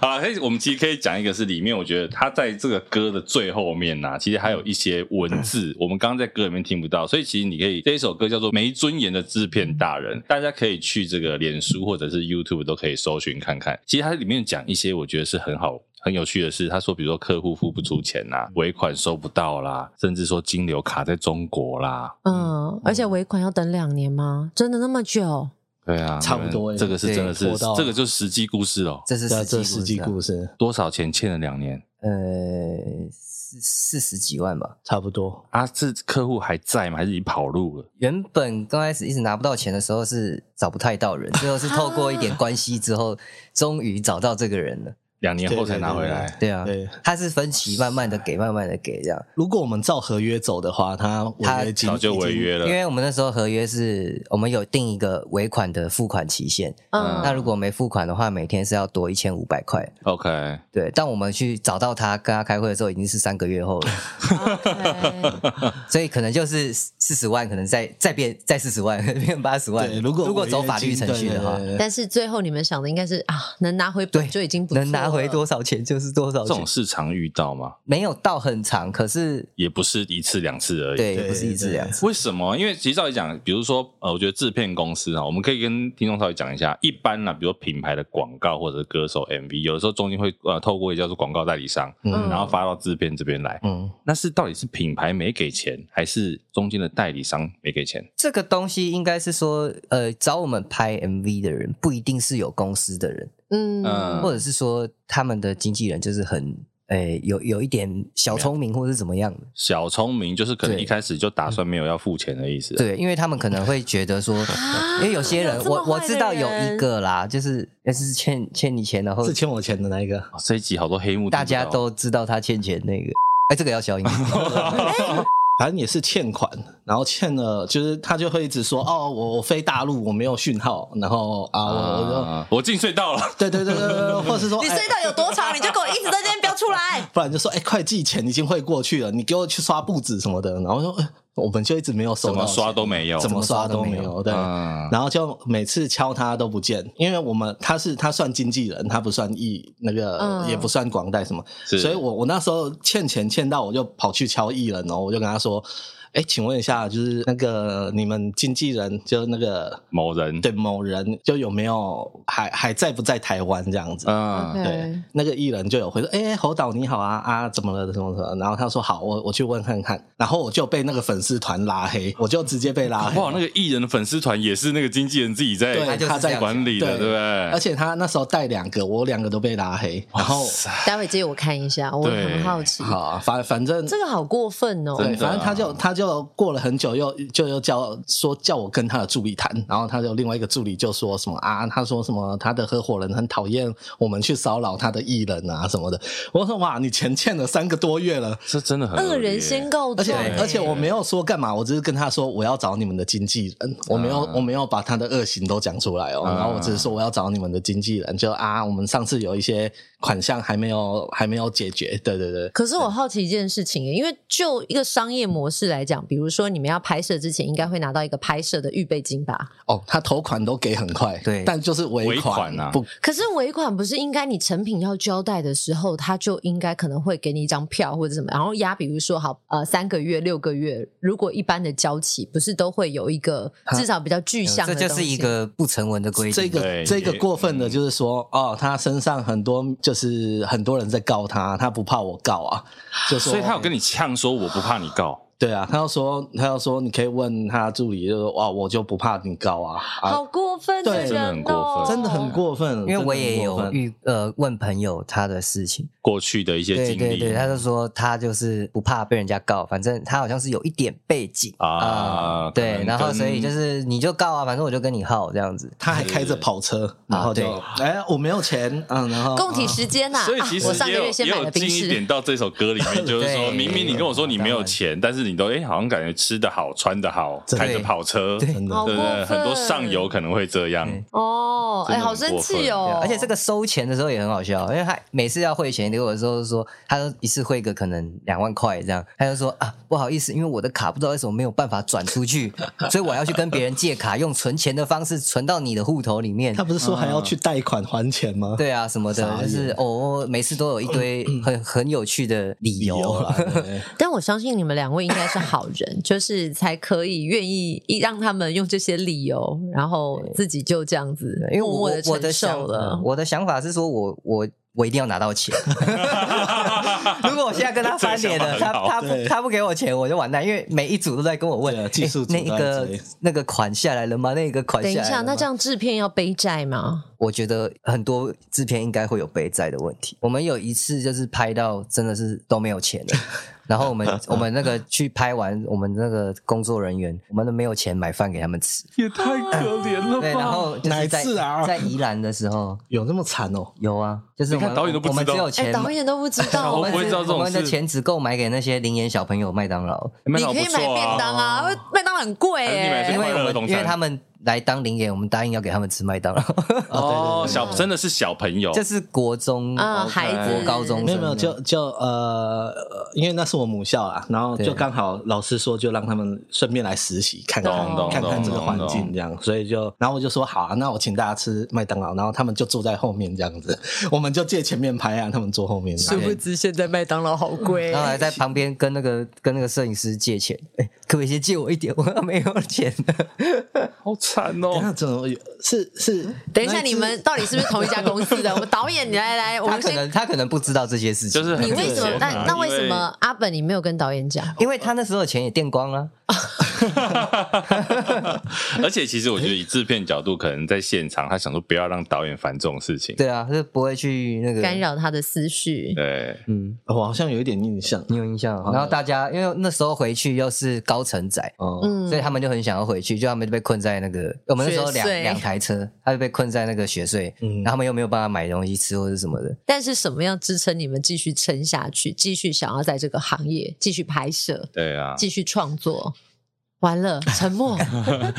Speaker 1: 好啦，可以我们其实可以讲一个是里面，我觉得它在这个歌的最后面呐、其实还有一些文
Speaker 5: 嗯
Speaker 1: 字，我们刚刚在歌里面听不到，所以其实你可以这一首歌叫做《没尊严的制片大人》，大家可以去这个脸书或者是 YouTube 都可以搜寻看看。其实它里面讲一些我觉得是很好。很有趣的是，他说，比如说客户付不出钱
Speaker 5: 嗯
Speaker 1: 啦、尾款收不到啦，甚至说金流卡在中国啦，
Speaker 2: 嗯，而且尾款要等两年吗？真的那么久？
Speaker 1: 对啊，
Speaker 5: 差不多耶欸
Speaker 1: 这个是真的是
Speaker 5: 对拖到，
Speaker 1: 这个就是实际故事哦。
Speaker 4: 这是
Speaker 5: 对啊这是
Speaker 4: 实
Speaker 5: 实际
Speaker 4: 际
Speaker 5: 故
Speaker 4: 故事
Speaker 5: 事，
Speaker 1: 多少钱欠了两年
Speaker 4: 啊。呃，四四十几万吧。
Speaker 5: 差不多。
Speaker 1: 啊？这客户还在吗？还是已经跑路了？
Speaker 4: 原本刚开始一直拿不到钱的时候是找不太到 人，最后是透过一点关系之后，终于找到这个人了。
Speaker 1: 两年后才拿回
Speaker 5: 对
Speaker 1: 来，
Speaker 4: 对啊，
Speaker 5: 对，
Speaker 4: 他是分期慢慢的给，慢慢的给这样。
Speaker 5: 如果我们照合约走的话，他违约金
Speaker 1: 早就违约
Speaker 5: 了。
Speaker 1: 了
Speaker 4: 因。为我们那时候合约是我们有定一个尾款的付款期限，
Speaker 2: 嗯，
Speaker 4: 那如果没付款的话，每天是要多一千五百块。
Speaker 1: OK，
Speaker 4: 对，但我们去找到他跟他开会的时候，已经是三个月后了，
Speaker 5: 哦
Speaker 2: OK
Speaker 4: 所以可能就是四十万，可能再再变再四十万， 变八十万
Speaker 5: 对，。如果
Speaker 4: 如果走法律程序的话
Speaker 5: 违，约金对对对
Speaker 2: 但是最后你们想的应该是啊，能拿回本
Speaker 4: 对
Speaker 2: 就已经不错了
Speaker 4: 能拿
Speaker 5: 啊
Speaker 4: 回多少钱就是多少
Speaker 1: 这
Speaker 4: 钱
Speaker 1: 种，市场遇到吗？
Speaker 4: 没有到很长，可是
Speaker 1: 也不是一次两次而已。
Speaker 4: 对，
Speaker 5: 对
Speaker 4: 不是一次两次。
Speaker 1: 为什么？因为其实照理讲，比如说，呃，我觉得制片公司啊，我们可以跟听众稍微讲一下，一般啊呢，比如说品牌的广告或者是歌手 MV，有的时候中间会呃透过一个叫做广告代理商，
Speaker 2: 嗯
Speaker 1: 然后发到制片这边来。
Speaker 5: 嗯，
Speaker 1: 那是到底是品牌没给钱，还是中间的代理商没给钱？
Speaker 4: 这个东西应该是说，呃，找我们拍 MV 的人不一定是有公司的人，
Speaker 2: 嗯
Speaker 5: 呃
Speaker 1: 嗯
Speaker 4: 或者是说他们的经纪人就是很，诶、有有一点小聪明或者是怎么样的。
Speaker 1: 小聪明就是可能
Speaker 4: 对嗯
Speaker 1: 一开始就打算没有要付钱的意思。，
Speaker 4: 对，因为他们可能会觉得说，因为有些人
Speaker 2: 有，这么
Speaker 4: 我我
Speaker 2: 坏的
Speaker 4: 知道有
Speaker 2: 人
Speaker 4: 一个啦，就是也是欠欠你钱，然后
Speaker 5: 是欠我钱的那一个，
Speaker 1: 哦这一集好多黑幕，
Speaker 4: 大家都知道他欠钱那个，哎、这个要消音。
Speaker 5: 反正也是欠款，然后欠了，就是他就会一直说哦，我我飞大陆，我没有讯号，然后啊，
Speaker 4: 哦
Speaker 5: 我我
Speaker 1: 啊，我进隧道了。
Speaker 5: 就对对对对对，对或者是 说
Speaker 2: 你
Speaker 5: 哎
Speaker 2: 隧道有多长，你就给我一直 在这边标出来。
Speaker 5: 不然就说哎，会计钱已经汇过去了，你给我去刷步子什么的，然后说哎我们就一直没有收
Speaker 1: 怎
Speaker 5: 到
Speaker 1: 么
Speaker 5: 钱
Speaker 1: 刷都没有
Speaker 5: 怎么刷都没
Speaker 4: 怎么刷都没
Speaker 5: 有，
Speaker 4: 有
Speaker 5: 对。
Speaker 1: 嗯
Speaker 5: 然后就每次敲他都不见，因为我们他是他算经纪人，他不算艺那个、
Speaker 2: 嗯
Speaker 5: 也不算广代什么，
Speaker 1: 是
Speaker 5: 所以我我那时候欠钱欠到，我就跑去敲艺人哦，我就跟他说，哎，请问一下，就是那个你们经纪人就那个
Speaker 1: 某人
Speaker 5: 对某人就有没有还 还在不在台湾这样子？
Speaker 1: 嗯，
Speaker 5: 对
Speaker 2: OK，，
Speaker 5: 那个艺人就有回说：“哎、侯导你好啊啊，怎么了？什么什么？”然后他说：“好，我我去问看看。”然后我就被那个粉丝团拉黑，我就直接被拉
Speaker 4: 哎
Speaker 1: 搞
Speaker 5: 黑
Speaker 1: 不。好那个艺人的粉丝团也是那个经纪人自己
Speaker 5: 对
Speaker 1: 在
Speaker 5: 他就是这
Speaker 1: 在
Speaker 5: 样
Speaker 1: 管理的，
Speaker 5: 对
Speaker 1: 对不对？
Speaker 5: 而且他那时候带两个，我两个都被拉黑。然后
Speaker 2: 待会借我看一下，我
Speaker 1: 对
Speaker 2: 很好奇，
Speaker 5: 好啊，反反正
Speaker 2: 这个好过分哦。
Speaker 5: 对，
Speaker 1: 真的啊
Speaker 5: 反正他就他就过了很久又，就又叫说叫我跟他的助理谈，然后他就另外一个助理就说什么啊，他说什么他的合伙人很讨厌我们去骚扰他的艺人啊什么的。我说哇，你钱欠了三个多月了，
Speaker 1: 这真的很
Speaker 2: 恶
Speaker 1: 恶劣
Speaker 2: 人先告
Speaker 5: 而且
Speaker 2: 状欸，
Speaker 5: 而且我没有说干嘛，我只是跟他说我要找你们的经纪人，我没有、
Speaker 1: 嗯
Speaker 5: 我没有把他的恶行都讲出来哦，
Speaker 1: 嗯
Speaker 5: 然后我只是说我要找你们的经纪人，就啊，我们上次有一些款项还没有还没有解决，对对对，
Speaker 2: 可是我好奇一件事情欸耶，因为就一个商业模式来讲，比如说你们要拍摄之前，应该会拿到一个拍摄的预备金吧？
Speaker 5: 哦，他头款都给很快，
Speaker 4: 对
Speaker 5: 但就是尾
Speaker 1: 尾款啊
Speaker 5: 不
Speaker 2: 可是尾款不是应该你成品要交代的时候，他就应该可能会给你一张票或者什么，然后压，比如说好呃三个月、六个月，如果一般的交期，不是都会有一个至少比较具象的
Speaker 4: 这
Speaker 2: 东西，
Speaker 4: 就是一个不成文的规
Speaker 5: 这
Speaker 4: 定。
Speaker 5: 个
Speaker 1: 对嗯
Speaker 5: 这个
Speaker 1: 也
Speaker 5: 过分的就是说，哦，他身上很多就是很多人在告他，他不怕我告啊，就说
Speaker 1: 所以他有跟你呛说我不怕你告，
Speaker 5: 对啊，他要说他要说你可以问他助理，就说哇，我就不怕你告啊，啊
Speaker 2: 好过分的
Speaker 5: 对
Speaker 2: 人、哦，
Speaker 5: 真的
Speaker 1: 很过分
Speaker 5: 真的
Speaker 4: 因
Speaker 5: 很过分，
Speaker 4: 为我
Speaker 5: 真的很
Speaker 4: 也
Speaker 5: 过
Speaker 4: 有
Speaker 5: 分
Speaker 4: 遇呃问朋友他的事情，
Speaker 1: 过去的一些
Speaker 4: 对
Speaker 1: 经
Speaker 4: 对对，
Speaker 1: 历
Speaker 4: 他就说他就是不怕被人家告，反正他好像是有一点背景
Speaker 1: 啊，可
Speaker 4: 对，
Speaker 1: 能
Speaker 4: 然后
Speaker 1: 跟
Speaker 4: 所以就是你就告啊，反正我就跟你耗这样子。
Speaker 5: 他还开着跑车，然后就哎、我没有钱，嗯，然后
Speaker 2: 供体时间呐、啊
Speaker 1: 所以其实
Speaker 2: 我上个
Speaker 1: 也有
Speaker 2: 月先
Speaker 1: 也
Speaker 2: 买
Speaker 1: 有
Speaker 2: 了
Speaker 1: 近
Speaker 2: 冰
Speaker 1: 一
Speaker 2: 室
Speaker 1: 点。到这首歌里 面，就是说
Speaker 4: 对
Speaker 1: 明明你跟我说你没有钱，但是你都哎好像感觉吃得好、穿得好、
Speaker 5: 真
Speaker 4: 的
Speaker 1: 开着跑车，
Speaker 4: 对
Speaker 1: 对
Speaker 5: 真的
Speaker 2: 好
Speaker 1: 不
Speaker 2: 过
Speaker 1: 对？
Speaker 2: 分
Speaker 1: 很多上游可能会这样。
Speaker 4: 对
Speaker 2: 哦，哎、
Speaker 1: 真的
Speaker 2: 好
Speaker 1: 很
Speaker 2: 生
Speaker 1: 过
Speaker 2: 气
Speaker 1: 分
Speaker 4: 对啊
Speaker 2: 哦！
Speaker 4: 而且这个收钱的时候也很好笑，因为他每次要汇钱给我的时候，说他都一次汇个可能两万块这样，他就说啊不好意思，因为我的卡不知道为什么没有办法转出去， 所以我要去跟别人借卡，用存钱的方式存到你的户头里面
Speaker 5: 他。不是说还要去贷款还钱吗？
Speaker 4: 对啊，什么
Speaker 5: 傻
Speaker 4: 的，
Speaker 5: 眼
Speaker 4: 就是哦，每次都有一 堆很很有趣的理
Speaker 5: 理由啊
Speaker 4: 由
Speaker 5: 啦，对
Speaker 2: 但我相信你们两位应该是好人， 就是才可以愿意一让他们用这些理由，然后自己就这样子
Speaker 4: 因为
Speaker 2: 默默
Speaker 4: 我
Speaker 2: 的
Speaker 4: 我
Speaker 2: 承
Speaker 4: 想嗯
Speaker 2: 受了。
Speaker 4: 我的想法是说我我我一定要拿到 钱。如果我现在跟他翻脸了，
Speaker 1: 这
Speaker 4: 他
Speaker 1: 个想法很好
Speaker 4: 他不
Speaker 5: 对
Speaker 4: 他不给我钱，我就完蛋，因为每一组都在跟我问
Speaker 5: 对啊技术
Speaker 4: 诶
Speaker 5: 组
Speaker 4: 那一
Speaker 5: 都在
Speaker 4: 个
Speaker 5: 追
Speaker 4: 那个款下来了吗？那个款
Speaker 2: 等一
Speaker 4: 下来
Speaker 2: 下，
Speaker 4: 了吗
Speaker 2: 那这样制片要背债吗？
Speaker 4: 我觉得很多制片应该会有背债的问题。我们有一次就是拍到真的是都没有钱了，然后我 们我们那个去拍完，我们那个工作人员，我们都没有钱买饭给他们吃。嗯
Speaker 1: 也太可怜了
Speaker 4: 对，然后就
Speaker 5: 哪
Speaker 4: 是
Speaker 5: 一
Speaker 4: 在
Speaker 5: 次啊
Speaker 4: 在宜兰的时候。
Speaker 5: 有那么惨哦、
Speaker 4: 有啊，就是
Speaker 1: 你
Speaker 4: 我
Speaker 1: 看
Speaker 4: 们
Speaker 1: 导演都不
Speaker 4: 我们
Speaker 1: 知道
Speaker 4: 只有
Speaker 2: 哎、
Speaker 4: 钱买，
Speaker 2: 导演都不知道，
Speaker 1: 我
Speaker 4: 我
Speaker 1: 们
Speaker 4: 们
Speaker 1: 不会
Speaker 4: 是
Speaker 1: 知道这种
Speaker 4: 我们的
Speaker 1: 事
Speaker 4: 钱只够买给那些零元小朋友麦当劳，
Speaker 1: 麦
Speaker 2: 你
Speaker 1: 当劳
Speaker 2: 可以
Speaker 1: 不
Speaker 2: 买
Speaker 1: 错
Speaker 2: 便当
Speaker 1: 啊，
Speaker 2: 啊，因为麦当劳很贵
Speaker 1: 还是你买
Speaker 2: 哎、
Speaker 1: 这
Speaker 4: 因
Speaker 1: 个
Speaker 4: 为
Speaker 1: 快乐
Speaker 4: 我
Speaker 1: 儿童
Speaker 4: 们
Speaker 1: 餐
Speaker 4: 因为他们来当零元，我们答应要给他们吃麦当劳，
Speaker 1: 哦，小真的是小朋友，
Speaker 4: 这是国中
Speaker 2: 啊孩子
Speaker 4: 国哦高中生
Speaker 5: 没有没有，就就呃，因为那是我母校啊，然后就
Speaker 4: 对
Speaker 5: 刚好老师说，就让他们顺便来实习，看
Speaker 1: 懂
Speaker 5: 看
Speaker 1: 懂
Speaker 5: 看看
Speaker 1: 懂
Speaker 5: 这个环境
Speaker 1: 懂
Speaker 5: 这样，所以就，然后我就说好啊，那我请大家吃麦当劳，然后他们就坐在后面这样子，我们就借前面拍啊，他们坐后面这样。
Speaker 2: 知现在麦当劳好贵
Speaker 4: 然后还在旁边跟那个跟那个摄影师借钱， 哎，可不可以先借我一点？我没有钱
Speaker 1: 好惨
Speaker 5: 等一
Speaker 1: 哦。
Speaker 5: 下怎么有是是？
Speaker 2: 等一下，
Speaker 5: 那只
Speaker 2: 你们到底是不是同一家公司的？我们导演，你来来，我
Speaker 4: 他
Speaker 2: 们
Speaker 4: 可
Speaker 2: 先，
Speaker 4: 能他可能不知道这些事情，
Speaker 1: 就是很
Speaker 2: 你为什么
Speaker 1: 有？钱啊
Speaker 2: 那那为什？
Speaker 1: 因
Speaker 2: 么阿本你没有跟导演讲？
Speaker 4: 因为他那时候的钱也垫光了，
Speaker 1: 而且其实我觉得以制片角度，可能在现场他想说不要让导演烦这种事情。
Speaker 4: 对啊，就是不会去那个
Speaker 2: 干。扰他的思绪，
Speaker 1: 对，
Speaker 4: 嗯，
Speaker 5: 我好像有一点印象
Speaker 4: 你有印象哦？然后大家因为那时候回去又是高层仔，
Speaker 5: 哦。
Speaker 2: 嗯
Speaker 4: 所以他们就很想要回去，就他们就被困在那个我们那时候两
Speaker 2: 雪隧
Speaker 4: 两台车，他就被困在那个雪隧，
Speaker 5: 嗯
Speaker 4: 然后他们又没有办法买东西吃或者什么的。
Speaker 2: 但是什么样支撑你们继续撑下去，继续想要在这个行业继续拍摄、
Speaker 1: 对啊，
Speaker 2: 继续创作？完了，沉 默。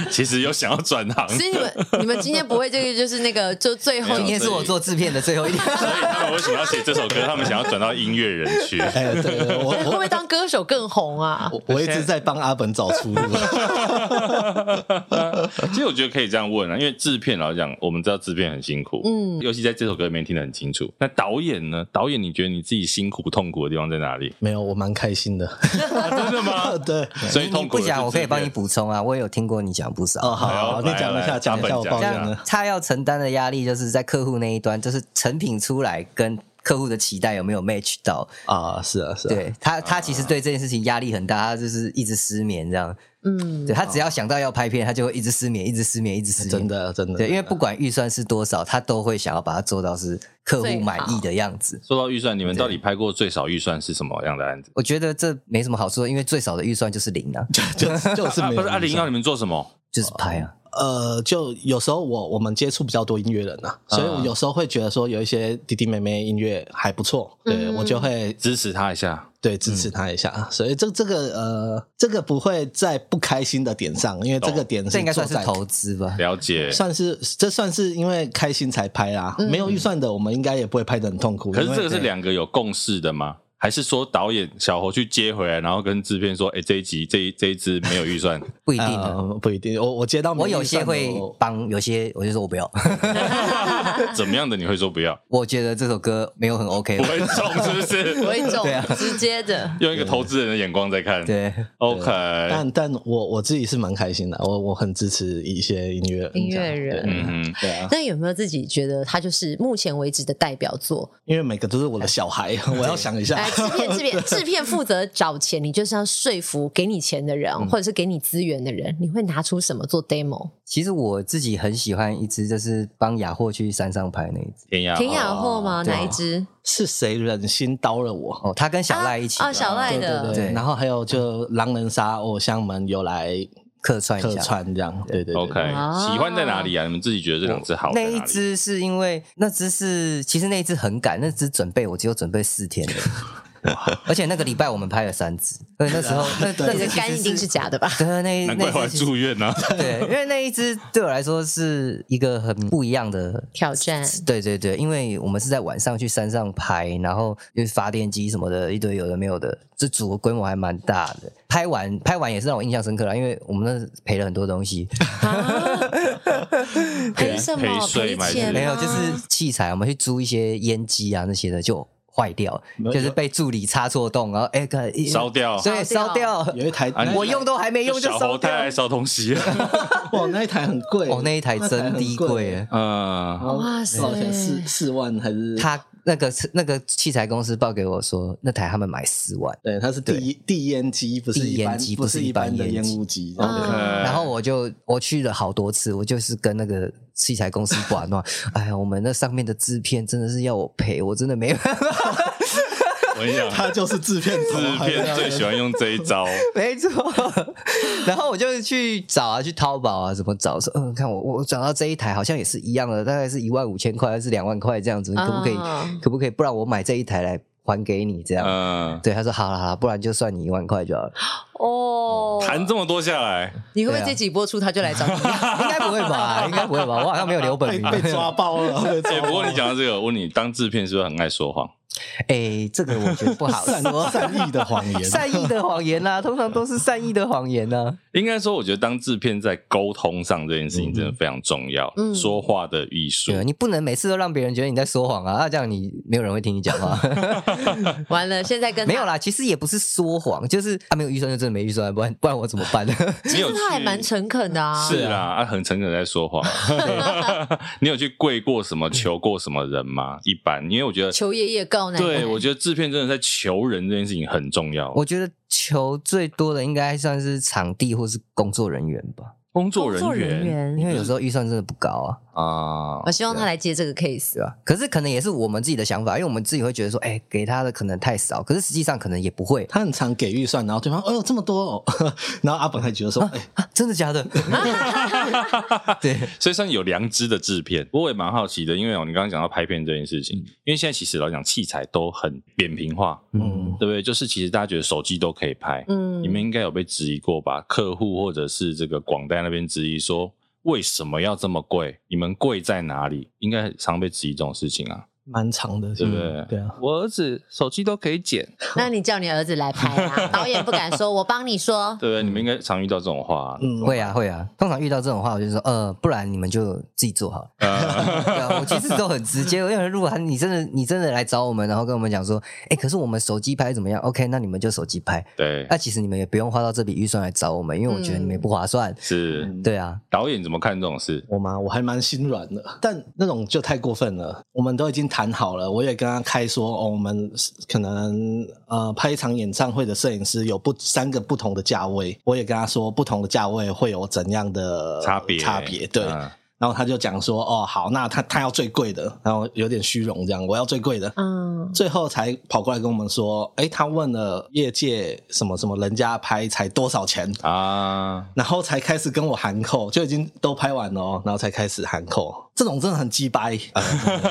Speaker 1: 其实有想要转行，
Speaker 2: 所
Speaker 1: 所
Speaker 2: 以你们你们今天不会这个就是那个就最后
Speaker 1: 没有
Speaker 4: 今天是我做制片的最后一天，
Speaker 1: 以他
Speaker 2: 啊
Speaker 1: 们为什么要写这首歌？他们想要转到音乐人去。
Speaker 5: 哎，对对我
Speaker 2: 会不会
Speaker 5: 我
Speaker 2: 当歌手更红啊？
Speaker 5: 我我一直在帮阿本找出路。
Speaker 1: 其实我觉得可以这样问啊，因为制片老实讲，我们知道制片很辛苦，
Speaker 2: 嗯
Speaker 1: 尤其在这首歌里面听得很清楚。那导演呢？导演，你觉得你自己辛苦痛苦的地方在哪里？
Speaker 5: 没有，我蛮开心的。
Speaker 1: 真的吗？
Speaker 5: 对，
Speaker 1: 啊 所以
Speaker 4: 你
Speaker 1: 痛苦
Speaker 4: 不
Speaker 1: 的是
Speaker 4: 讲我可以帮你
Speaker 1: 制片。
Speaker 4: 补充啊，我也有听过你讲不少。
Speaker 5: 哦，好啊好，好
Speaker 1: 哎呦
Speaker 5: 你讲一
Speaker 1: 来来
Speaker 5: 下，
Speaker 1: 来
Speaker 5: 讲
Speaker 1: 加
Speaker 5: 一下
Speaker 1: 本
Speaker 5: 我抱
Speaker 1: 讲
Speaker 4: 这
Speaker 5: 怨
Speaker 4: 样
Speaker 5: 呢。
Speaker 4: 他要承担的压力就是在客户那一端，就是成品出来跟客户的期待有没有 match 到？
Speaker 5: 啊，是啊，是啊，
Speaker 4: 对他，他其实对这件事情压力很大，他就是一直失眠这样。
Speaker 2: 嗯，
Speaker 4: 对他只要想到要拍片，他就会一直失眠，一直失眠，一直失眠。
Speaker 5: 真的哦真的。
Speaker 4: 对，因为不管预算是多少，他都会想要把它做到是客户满意的样子。
Speaker 1: 说到预算，你们到底拍过最少预算是什么样的案子？
Speaker 4: 我觉得这没什么好说，因为最少的预算就是零啊，
Speaker 5: 就就是
Speaker 1: 啊
Speaker 5: 没
Speaker 1: 不
Speaker 5: 有
Speaker 1: 是二零幺，你们做什么？
Speaker 4: 就是拍啊。
Speaker 5: 呃，就有时候我我们接触比较多音乐人呐、所以
Speaker 4: 嗯
Speaker 5: 我有时候会觉得说有一些弟弟妹妹音乐还不错，对
Speaker 2: 嗯
Speaker 5: 我就会
Speaker 1: 支持他一下。
Speaker 5: 对支
Speaker 1: 嗯
Speaker 5: 持他一下。啊所以这这个呃，这个不会在不开心的点上，因为这个点
Speaker 4: 这应该
Speaker 5: 做
Speaker 4: 算是
Speaker 5: 在
Speaker 4: 投资吧？
Speaker 1: 了解。
Speaker 5: 算是这算是因为开心才拍啦，
Speaker 4: 嗯
Speaker 5: 没有预算的我们应该也不会拍的很痛苦。
Speaker 1: 可是
Speaker 5: 因为
Speaker 1: 这个是两个有共识的吗？还是说导演小侯去接回来，然后跟制片说：“哎、这一集这一这一支没有预 算，
Speaker 4: 不一定啊。
Speaker 5: 呃不一定，我我接到没
Speaker 4: 我有
Speaker 5: 预
Speaker 4: 些
Speaker 5: 算的
Speaker 4: 会
Speaker 5: 我
Speaker 4: 帮，有些我就说我不要。
Speaker 1: 怎么样的你会说不 要？
Speaker 4: 我觉得这首歌没有很 OK
Speaker 1: 不。会中是不
Speaker 2: 不
Speaker 1: 是？
Speaker 2: 会中
Speaker 4: 对啊，
Speaker 2: 直接的。
Speaker 1: 用一个投资人的眼光在看。
Speaker 4: 对，
Speaker 1: ，OK，
Speaker 5: 但但我我自己是蛮开心的，我我很支持一些音乐
Speaker 2: 音
Speaker 5: 这
Speaker 2: 乐
Speaker 5: 样
Speaker 2: 人
Speaker 5: 对
Speaker 1: 嗯哼，
Speaker 5: 对啊，
Speaker 2: 那有没有自己觉得他就是目前为止的代表作？
Speaker 5: 因为每个都是我的小孩， 我要想一下
Speaker 2: 哎，。制片、制片、制片负责找钱，你就是要说服给你钱的
Speaker 4: 嗯
Speaker 2: 人，或者是给你资源的人，你会拿出什么做 demo？
Speaker 4: 其实我自己很喜欢一支，就是帮雅货去山上拍那一支。
Speaker 1: 天涯
Speaker 2: 田雅后吗？
Speaker 4: 啊
Speaker 2: 哪一支？
Speaker 5: 是谁忍心刀了我？
Speaker 4: 哦，他跟小赖一起
Speaker 2: 啊，小赖
Speaker 5: 对对
Speaker 2: 的。
Speaker 4: 对
Speaker 5: 然后还有就狼人杀偶像们有来
Speaker 4: 客串
Speaker 5: 客
Speaker 4: 一下。
Speaker 5: 串这样，对对对
Speaker 1: OK，
Speaker 2: 啊
Speaker 1: 喜欢在哪里啊？你们自己觉得这两支好在
Speaker 4: 哦那
Speaker 1: 哪里？
Speaker 4: 一支是因为那支是，其实那一支很赶，那支准备我只有准备四天的而且那个礼拜我们拍了三支，所以 那时候那那
Speaker 2: 你
Speaker 4: 支
Speaker 2: 的
Speaker 4: 其实
Speaker 2: 肝一定是假的吧？
Speaker 4: 对，啊那
Speaker 1: 啊难怪
Speaker 4: 那
Speaker 1: 我还
Speaker 4: 一支其实
Speaker 1: 住院呢、啊。
Speaker 4: 对，因为那一支对我来说是一个很不一样的
Speaker 2: 挑战
Speaker 4: 对对对，因为我们是在晚上去山上拍，然后就是发电机什么的，一堆有的没有的，这组的规模还蛮大的。拍完拍完也是让我印象深刻啦，因为我们那赔了很多东西，
Speaker 2: 赔什么
Speaker 1: 赔税
Speaker 2: 赔
Speaker 1: 嘛
Speaker 2: 钱？
Speaker 4: 没有就是
Speaker 1: 嗯
Speaker 4: 器材，我们去租一些烟机啊那些的就坏掉，就是被助理插错洞，然后哎看一
Speaker 1: 烧掉
Speaker 4: 对，烧
Speaker 2: 烧
Speaker 4: 掉，
Speaker 5: 有一台
Speaker 1: 啊你
Speaker 4: 我用都还没用就
Speaker 1: 小
Speaker 4: 烧
Speaker 1: 侯
Speaker 4: 掉
Speaker 1: 太，爱烧东西 了。
Speaker 5: 哇，那一台很贵
Speaker 4: 哦那一台真低贵耶。
Speaker 1: 嗯，
Speaker 4: 哦
Speaker 2: 哇塞
Speaker 5: 好像四四万还是？
Speaker 4: 他那个那个器材公司报给我说，那台他们买四万，
Speaker 5: 对，它是递递烟机，不是
Speaker 4: 递
Speaker 5: 一
Speaker 4: 烟
Speaker 5: 般
Speaker 4: 机
Speaker 5: 不是
Speaker 4: 不是一
Speaker 5: 一
Speaker 4: 般
Speaker 5: 般的
Speaker 4: 烟
Speaker 5: 烟
Speaker 4: 机
Speaker 5: 雾机。
Speaker 1: 哎
Speaker 2: 嗯
Speaker 4: 然后我就我去了好多次，我就是跟那个器材公司管嘛，哎呀，我们那上面的制片真的是要我赔，我真的没办法，
Speaker 1: 我跟你讲，
Speaker 5: 他就是制片头，
Speaker 1: 制片最喜欢用这一 招。
Speaker 4: 没错。然后我就去找啊，去淘宝啊，怎么找？说嗯，看我我我找到这一台好像也是一样的，大概是一万五千块还是两万块这样子，你可不可以？
Speaker 2: 啊
Speaker 4: 可不可以？不然我买这一台来还给你这样。
Speaker 1: 嗯，
Speaker 4: 对，他说好了好了，不然就算你一万块就好 了。
Speaker 2: 哦，
Speaker 1: 谈这么多下来，
Speaker 2: 你会不会
Speaker 4: 嗯对啊
Speaker 2: 这集播出他就来找你？啊
Speaker 4: 应该不会吧？应该不会吧？我好像没有留本
Speaker 5: 被
Speaker 4: 名。
Speaker 5: 被抓包了。被抓
Speaker 1: 哎、不过
Speaker 5: 包
Speaker 1: 你讲到这个，我问你，当制片是不是很爱说谎？
Speaker 4: 哎、这个我觉得不好
Speaker 5: 了
Speaker 4: 说。
Speaker 5: 善善意的谎言，
Speaker 4: 善意的谎言呐、啊通常都是善意的谎言啊呐、
Speaker 1: 应该说，我觉得当制片在沟通上这件事情真的非常重要，
Speaker 2: 嗯
Speaker 1: 说话的艺术。
Speaker 4: 对，你不能每次都让别人觉得你在说谎啊，那、这样你没有人会听你讲话。
Speaker 2: 完了，现在跟他
Speaker 4: 没有，啦，其实也不是说谎，就是啊，没有预算就真的没预算，不然不然我怎么 办呢？
Speaker 1: 你
Speaker 2: 其
Speaker 1: 有
Speaker 2: 实他还
Speaker 1: 去
Speaker 2: 蛮诚恳的啊。
Speaker 1: 是啦，啊，很诚恳在说谎。 你有去跪过什么、求过什么人吗？一般，因为我觉得，
Speaker 2: 求爷爷告奶奶，
Speaker 1: 对我觉得制片真的在求人这件事情很重要。
Speaker 4: 我觉得求最多的应该算是场地或是工作人员吧，
Speaker 1: 工作人
Speaker 2: 工作
Speaker 1: 员
Speaker 2: 人员
Speaker 4: 嗯因为有时候预算真的不高啊。
Speaker 1: 啊
Speaker 2: 我，希望他来接这个 case
Speaker 4: 对吧？可是可能也是我们自己的想法，因为我们自己会觉得说，哎、给他的可能太少，可是实际上可能也不会
Speaker 5: 他很常给预算，然后对方哦这么多哦， 然后阿本还觉得说，哎、
Speaker 4: 啊， 真的假的？对，
Speaker 1: 所以算有良知的制片。不过我也蛮好奇的，因为哦你刚刚讲到拍片这件事
Speaker 2: 嗯
Speaker 1: 情，因为现在其实老实讲器材都很扁平化，
Speaker 4: 嗯，
Speaker 1: 对不对？就是其实大家觉得手机都可以拍，
Speaker 2: 嗯
Speaker 1: 你们应该有被质疑过吧？客户或者是这个广代那边质疑说，为什么要这么贵？你们贵在哪里？应该常被质疑这种事情啊，
Speaker 5: 蛮长的，
Speaker 1: 对不对？
Speaker 5: 嗯对啊，
Speaker 1: 我儿子手机都可以剪，
Speaker 2: 那你叫你儿子来拍啊，导演不敢说，我帮你说。
Speaker 1: 对不对？你们应该常遇到这种话、啊，
Speaker 5: 嗯，
Speaker 4: 会啊会啊。通常遇到这种话，我就说，呃，不然你们就自己 做好了。
Speaker 1: 呃
Speaker 4: 对啊，我其实都很直接，因为如果你真的你真的来找我们，然后跟我们讲说，哎、可是我们手机拍怎么样？OK，那你们就手机拍。
Speaker 1: 对
Speaker 5: 哎
Speaker 4: 那、，其实你们也不用花到这笔预算来找我们，因为我觉得你们也不
Speaker 5: 嗯
Speaker 4: 划算。
Speaker 1: 是
Speaker 4: 对啊，
Speaker 1: 导演怎么看这种事？
Speaker 5: 我吗？我还蛮心软的，但那种就太过分了。我们都已经谈好了，我也跟他开说，哦，我们可能呃拍一场演唱会的摄影师有不三个不同的价位，我也跟他说不同的价位会有怎样的
Speaker 1: 差别
Speaker 5: 呃差别对。
Speaker 1: 嗯
Speaker 5: 然后他就讲说，哦，好，那他他要最贵的，然后有点虚荣这样，我要最贵的，
Speaker 2: 嗯，
Speaker 5: 最后才跑过来跟我们说，哎，他问了业界什么什么人家拍才多少钱，
Speaker 1: 啊，
Speaker 5: 然后才开始跟我喊扣，就已经都拍完了、哦，然后才开始喊扣，这种真的很鸡掰。
Speaker 1: 哎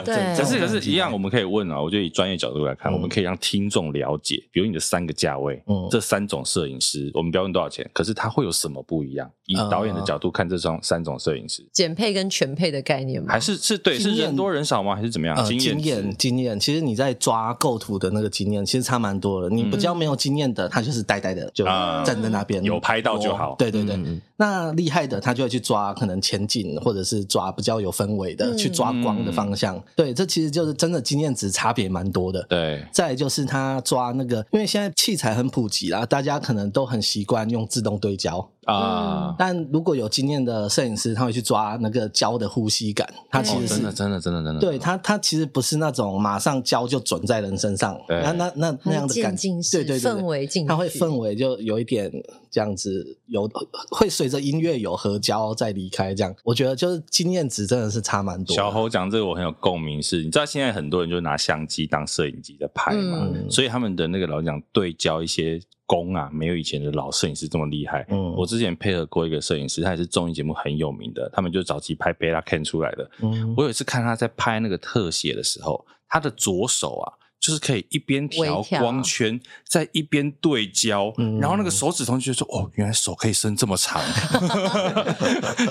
Speaker 2: 对
Speaker 1: 可是可是一样，我们可以问啊，我觉得以专业角度来看，
Speaker 5: 哎嗯
Speaker 1: 我们可以让听众了解，比如你的三个价位，
Speaker 5: 嗯
Speaker 1: 这三种摄影师，我们不要问多少钱，可是他会有什么不一样？以
Speaker 5: 啊
Speaker 1: 导演的角度看，这双三种摄影师，
Speaker 2: 减配跟全配的概念嘛
Speaker 1: 还。是是对是
Speaker 5: 嗯经验
Speaker 1: 人多人少吗？还是怎么样？
Speaker 5: 呃，
Speaker 1: 验
Speaker 5: 经验
Speaker 1: 值
Speaker 5: 经验，其实你在抓构图的那个经验，其实差蛮多的。你比较没有经验的，他就是呆呆的就
Speaker 1: 啊
Speaker 5: 站在那边，
Speaker 1: 有拍到就好
Speaker 5: 对对对，
Speaker 4: 嗯
Speaker 5: 那厉害的他就会去抓可能前景，或者是抓比较有氛围的，
Speaker 2: 嗯
Speaker 5: 去抓光的方
Speaker 1: 嗯
Speaker 5: 向。对，这其实就是真的经验值差别蛮多的。
Speaker 1: 对
Speaker 5: 再来就是他抓那个，因为现在器材很普及啦，大家可能都很习惯用自动对焦。
Speaker 1: 啊，
Speaker 5: 但如果有经验的摄影师，他会去抓那个胶的呼吸感，他其
Speaker 1: 哦
Speaker 5: 实
Speaker 1: 真
Speaker 5: 是、
Speaker 1: 的真的真的真的，
Speaker 5: 对他，他其实不是那种马上胶就准在人身上，
Speaker 1: 对
Speaker 5: 那那那那样的
Speaker 2: 渐
Speaker 5: 感
Speaker 2: 进式
Speaker 5: 对对对对
Speaker 2: 氛围进去
Speaker 5: 他会氛围就有一点这样子，有会随着音乐有合胶再离开这样。我觉得就是经验值真的是差蛮多的。
Speaker 1: 小侯讲这个我很有共鸣，是你知道现在很多人就拿相机当摄影机在拍嘛，
Speaker 5: 嗯
Speaker 1: 所以他们的那个老实讲对焦一些功啊，没有以前的老摄影师这么厉害。
Speaker 5: 嗯
Speaker 1: 我之前配合过一个摄影师，他也是综艺节目很有名的，他们就早期拍贝拉 Ken 出来的。
Speaker 5: 嗯
Speaker 1: 我有一次看他在拍那个特写的时候，他的左手啊。就是可以一边调
Speaker 2: 微调
Speaker 1: 光圈，在一边对焦，
Speaker 5: 嗯
Speaker 1: 然后那个手指同学说：“哦，原来手可以伸这么 长，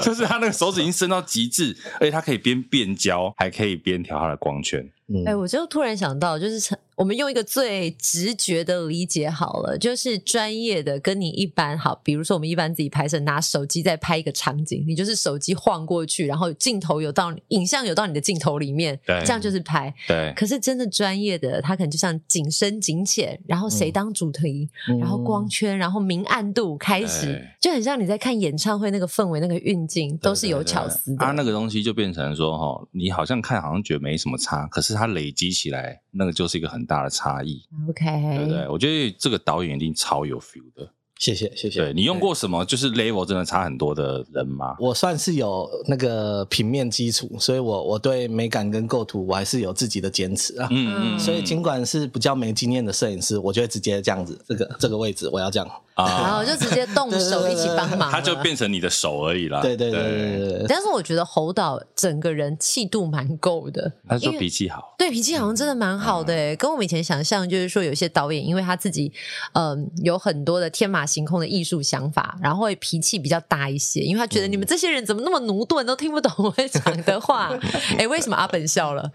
Speaker 1: 就是他那个手指已经伸到极致，而且他可以边变焦，还可以边调他的光圈。
Speaker 5: 嗯
Speaker 2: 哎、我就突然想到，就是成我们用一个最直觉的理解好了，就是专业的跟你一般好，比如说我们一般自己拍摄，拿手机在拍一个场景，你就是手机晃过去，然后镜头有到影像有到你的镜头里面，
Speaker 1: 对
Speaker 2: 这样就是拍。”
Speaker 1: 对，
Speaker 2: 可是真的专业的，他可能就像景深景浅，然后谁当主题，
Speaker 5: 嗯
Speaker 2: 然后光圈，然后明暗度开始
Speaker 1: 哎，
Speaker 2: 就很像你在看演唱会那个氛围、那个运镜，都是有巧思的。
Speaker 1: 啊，那个东西就变成说，哈，你好像看好像觉得没什么差，可是它累积起来，那个就是一个很大的差异，
Speaker 2: 哎
Speaker 1: 对不
Speaker 2: OK，
Speaker 1: 对？我觉得这个导演一定超有 feel 的。
Speaker 5: 谢谢谢谢
Speaker 1: 对。你用过什么就是 level 真的差很多的人吗？
Speaker 5: 我算是有那个平面基础，所以我我对美感跟构图我还是有自己的坚持啊。
Speaker 1: 嗯
Speaker 2: 嗯
Speaker 5: 所以尽管是比较没经验的摄影师，我就会直接这样子，这个这个位置我要这样。
Speaker 2: 然
Speaker 1: 啊，
Speaker 2: 后就直接动手一起帮忙了，
Speaker 1: 它就变成你的手而已啦。
Speaker 5: 对对对对对对对。
Speaker 2: 但是我觉得侯导整个人气度蛮够的，
Speaker 1: 他说
Speaker 2: 因为
Speaker 1: 脾气好，
Speaker 2: 对，脾气好像真的蛮好的、欸，跟我们以前想象，就是说有一些导演，因为他自己嗯、有很多的天马行空的艺术想法，然后会脾气比较大一些，因为他觉得你们这些人怎么那么驽钝，都听不懂我在讲的话。哎、为什么阿本笑了？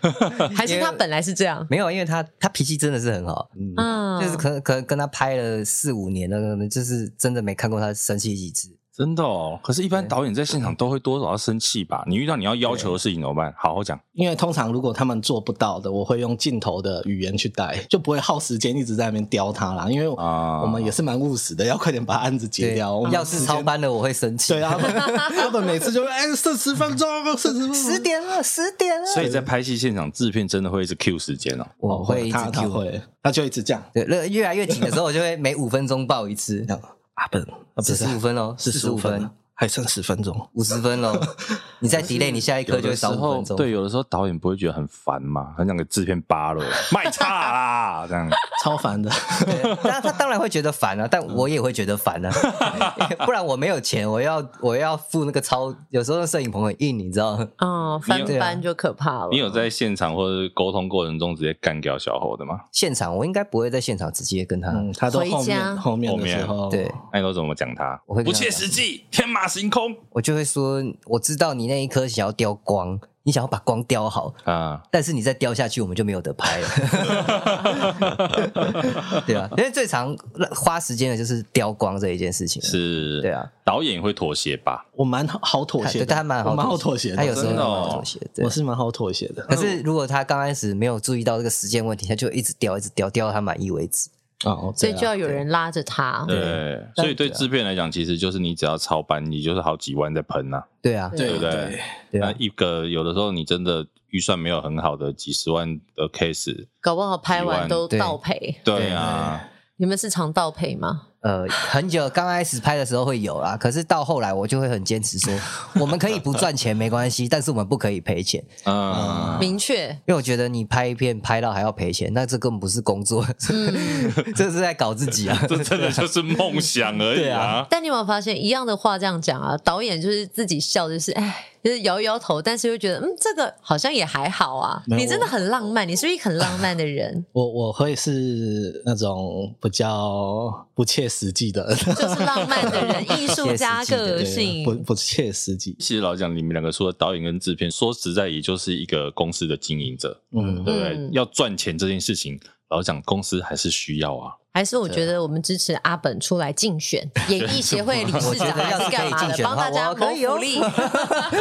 Speaker 2: 还是他本来是这样？
Speaker 4: 没有，因为他他脾气真的是很好，
Speaker 2: 嗯，
Speaker 4: 就是可能可能跟他拍了四五年了，可能就是真的没看过他生气几次。
Speaker 1: 真的哦。可是，一般导演在现场都会多少要生气吧？你遇到你要要求的事情怎么办？好好讲。
Speaker 5: 因为通常如果他们做不到的，我会用镜头的语言去带，就不会耗时间一直在那边雕他啦。因为
Speaker 1: 啊
Speaker 5: 我们也是蛮务实的，要快点把案子结
Speaker 4: 对，
Speaker 5: 掉。我们
Speaker 4: 要是
Speaker 5: 哦时间
Speaker 4: 超，班了，我会生气。
Speaker 5: 对啊，阿本阿本每次就哎剩十分钟，剩十分钟，
Speaker 4: 十点了，十点了，
Speaker 1: 所以在拍戏现场，制片真的会一直 Q 时间哦。
Speaker 4: 我会一直
Speaker 5: 他他
Speaker 4: Q
Speaker 5: 会，他就一直这样。
Speaker 4: 对，越越来越紧的时候，我就会每五分钟报一次，
Speaker 5: 阿本，啊不
Speaker 4: 四
Speaker 5: 是
Speaker 4: 十五分哦，
Speaker 5: 四十五
Speaker 4: 45
Speaker 5: 分，啊还剩十分钟，
Speaker 4: 五十分喽， 你再 delay，你下一
Speaker 1: 有
Speaker 4: 刻就
Speaker 1: 的
Speaker 4: 会
Speaker 1: 时
Speaker 4: 少五
Speaker 1: 候
Speaker 4: 分钟。
Speaker 1: 对，有的时候导演不会觉得很烦嘛，很想给制片扒了，卖差啦这样。
Speaker 5: 超烦的。
Speaker 4: 对， 那他当然会觉得烦啊，
Speaker 5: 嗯
Speaker 4: 但我也会觉得烦 啊，不然我没有钱，我要我要付那个超，有时候摄影棚很硬，你知道吗？
Speaker 2: 哦，
Speaker 1: 你
Speaker 2: 翻
Speaker 1: 有
Speaker 2: 班就可怕了。
Speaker 1: 你有在现场或者是沟通过程中直接干掉小猴的吗？
Speaker 4: 现场我应该不会在现场直接跟他，
Speaker 5: 嗯，他都
Speaker 2: 回
Speaker 5: 后
Speaker 2: 家
Speaker 5: 面后面的时候，
Speaker 4: 对，
Speaker 1: 那你都怎么讲他？
Speaker 4: 我会
Speaker 1: 不
Speaker 4: 跟他
Speaker 1: 切
Speaker 4: 讲
Speaker 1: 实际，天马行空
Speaker 4: 我就会说，我知道你那一颗想要雕光，你想要把光雕好，
Speaker 1: 啊！
Speaker 4: 但是你再雕下去，我们就没有得 拍了。对啊，因为最常花时间的就是雕光这一件事情。，
Speaker 1: 是，
Speaker 4: 对啊，
Speaker 1: 导演会妥协吧？
Speaker 5: 我蛮好好妥
Speaker 4: 他
Speaker 5: 协
Speaker 4: 对
Speaker 5: 的，
Speaker 4: 他蛮
Speaker 5: 我蛮好
Speaker 4: 好
Speaker 5: 妥协的，
Speaker 4: 他有时候
Speaker 1: 真的哦
Speaker 4: 蛮好妥协。对
Speaker 5: 我，是蛮好妥协的
Speaker 4: 可是如果他刚开始没有注意到这个时间问题，他就一直雕，一直雕，雕到他满意为止。
Speaker 5: 哦，
Speaker 2: 所以
Speaker 5: 对啊
Speaker 2: 就要有人拉着他。
Speaker 1: 对，所以对啊制片来讲，其实就是你只要超班，你就是好几万在喷呐、
Speaker 4: 对啊，
Speaker 1: 对不对？
Speaker 4: 对
Speaker 1: 那
Speaker 4: 啊，
Speaker 1: 一个有的时候你真的预算没有很好的几十万的 case，
Speaker 2: 搞不好拍完都
Speaker 4: 对
Speaker 2: 倒赔。
Speaker 1: 对啊，
Speaker 2: 你们是常倒赔吗？
Speaker 4: 呃，很久刚开始拍的时候会有啊啦，可是到后来我就会很坚持说，我们可以不赚钱没关系，但是我们不可以赔钱。
Speaker 1: 嗯，
Speaker 2: 明确，
Speaker 4: 因为我觉得你拍一片拍到还要赔钱，那这根本不是工作，
Speaker 2: 嗯
Speaker 4: 这是在搞自己啊！
Speaker 1: 这真的就是梦想而已
Speaker 4: 对
Speaker 1: 啊
Speaker 4: 啊。
Speaker 2: 但你有没有发现，一样的话这样讲啊，导演就是自己笑，就是哎，就是摇一摇头，但是又觉得嗯，这个好像也还好啊。
Speaker 5: 没有？
Speaker 2: 你真的很浪漫，你是不是一个很浪漫的人
Speaker 5: 我我会是那种比较不切实际的人，
Speaker 2: 就是浪漫的人，艺术家个
Speaker 5: 对
Speaker 2: 性
Speaker 5: 不。不切实际。
Speaker 1: 其实老实讲，你们两个除了导演跟制片，说实在，也就是一个公司的经营者，
Speaker 5: 嗯，
Speaker 1: 对不对？
Speaker 2: 嗯
Speaker 1: 要赚钱这件事情，老实讲，公司还是需要啊。
Speaker 2: 还是我觉得我们支持阿本出来竞选演艺协会理
Speaker 4: 我
Speaker 2: 事
Speaker 4: 觉
Speaker 2: 长
Speaker 4: 得
Speaker 2: 还
Speaker 4: 要
Speaker 2: 是
Speaker 4: 是可
Speaker 2: 干
Speaker 4: 以
Speaker 2: 嘛
Speaker 4: 竞
Speaker 2: 的，
Speaker 4: 选的
Speaker 2: 帮大
Speaker 4: 话，
Speaker 2: 家
Speaker 4: 我可
Speaker 2: 谋
Speaker 4: 以哦
Speaker 2: 福利。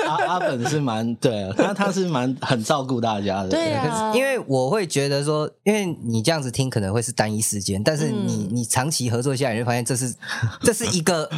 Speaker 5: 阿阿本是蛮对啊， 他他是蛮很照顾大家的，
Speaker 2: 对啊，
Speaker 4: 因为我会觉得说，因为你这样子听可能会是单一时间，但是你、
Speaker 2: 嗯
Speaker 4: 你长期合作下来，你会发现这是这是一个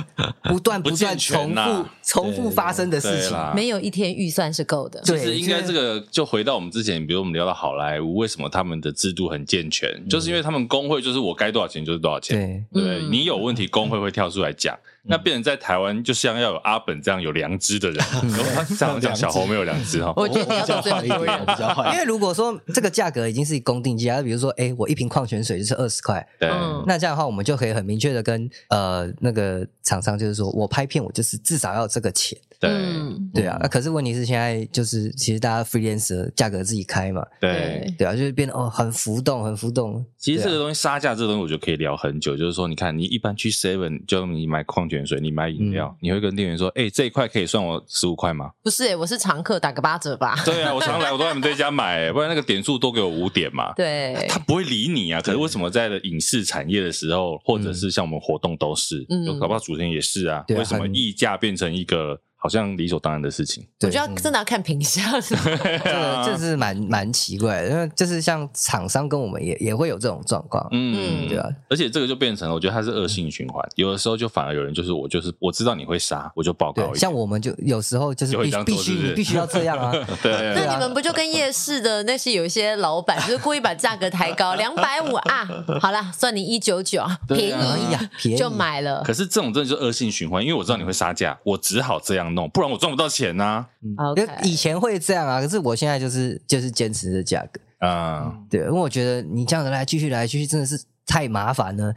Speaker 4: 不断
Speaker 1: 不
Speaker 4: 不
Speaker 1: 健
Speaker 4: 断
Speaker 1: 全
Speaker 4: 重
Speaker 1: 呐
Speaker 4: 复重复发生的
Speaker 1: 对
Speaker 4: 事情。
Speaker 1: 啦，
Speaker 2: 没有一天预算是够的。
Speaker 4: 对
Speaker 1: 其实应该这个就回到我们之前，比如我们聊到好莱坞，为什么他们的制度很健全，就是因为他们工会就是我该多少钱就是多少钱，
Speaker 4: 对
Speaker 1: 对
Speaker 2: 嗯
Speaker 1: 你有问题工会会跳出来讲。那变成在台湾，就像要有阿本这样有良知的人，然后这样讲小猴没有良知哦哈。
Speaker 2: 我觉得你
Speaker 5: 比
Speaker 2: 要
Speaker 5: 较
Speaker 2: 得罪
Speaker 5: 坏
Speaker 2: 很
Speaker 5: 一
Speaker 2: 多
Speaker 5: 点，
Speaker 2: 人
Speaker 5: 我。比较
Speaker 4: 因
Speaker 5: 坏。
Speaker 4: 为如果说这个价格已经是公定价，比如说，哎，我一瓶矿泉水就是二十块，
Speaker 1: 对，
Speaker 2: 嗯
Speaker 4: 那这样的话，我们就可以很明确的跟呃那个厂商，就是说我拍片，我就是至少要这个钱。
Speaker 1: 对，
Speaker 2: 嗯，
Speaker 4: 对啊，那、可是问题是现在就是其实大家 freelancer 价格自己开嘛，
Speaker 1: 对。
Speaker 4: 对啊，就是变得哦很浮动，很浮动。
Speaker 1: 其实这
Speaker 4: 对
Speaker 1: 个
Speaker 4: 啊
Speaker 1: 东西杀价，这个东西我觉得可以聊很久。就是说，你看，你一般去 Seven，就你买矿泉水，你买饮料，你会跟店员说：“哎，这一块可以算我十五块吗
Speaker 2: 不是、欸，我是常客，打个八折吧？”。
Speaker 1: 对啊，我常来，我都在你们这家 买，不然那个点数多给我五点嘛。
Speaker 2: 对
Speaker 1: 他，不会理你啊。可是为什么在影视产业的时候，或者是像我们活动都是，
Speaker 2: 嗯
Speaker 1: 有搞不好主持人也是啊？
Speaker 4: 对啊
Speaker 1: 为什么
Speaker 4: 很
Speaker 1: 溢价变成一个好像理所当然的事情？
Speaker 2: 我觉得要真的要看品相。
Speaker 4: 这个这是蛮蛮奇怪的，因为就是像厂商跟我们也也会有这种状况，
Speaker 1: 嗯，
Speaker 2: 嗯
Speaker 4: 对啊，
Speaker 1: 而且这个就变成了，我觉得它是恶性循环。有的时候就反而有人就是我就是我知道你会杀，我就报告一
Speaker 4: 对，啊
Speaker 1: 点。
Speaker 4: 像我们就有时候就是
Speaker 1: 就会这样
Speaker 4: 必
Speaker 1: 做
Speaker 4: 必须
Speaker 1: 是不是
Speaker 4: 你必须要这样啊，
Speaker 1: 对
Speaker 2: 那你们不就跟夜市的那些有一些老板，就是故意把价格抬高，两百五啊，好啦，算你一九九，便
Speaker 1: 对啊
Speaker 4: 哎
Speaker 2: 宜
Speaker 4: 呀，便宜
Speaker 2: 就买了
Speaker 1: 可。是这种真的就是恶性循环，因为我知道你会杀价，我只好这样弄，不然我赚不到钱啊呐、
Speaker 4: 就
Speaker 2: OK，
Speaker 4: 以前会这样啊，可是我现在就是就是坚持的价格，
Speaker 1: 啊。
Speaker 4: 对，因为我觉得你这样子来继续来继续真的是太麻烦了，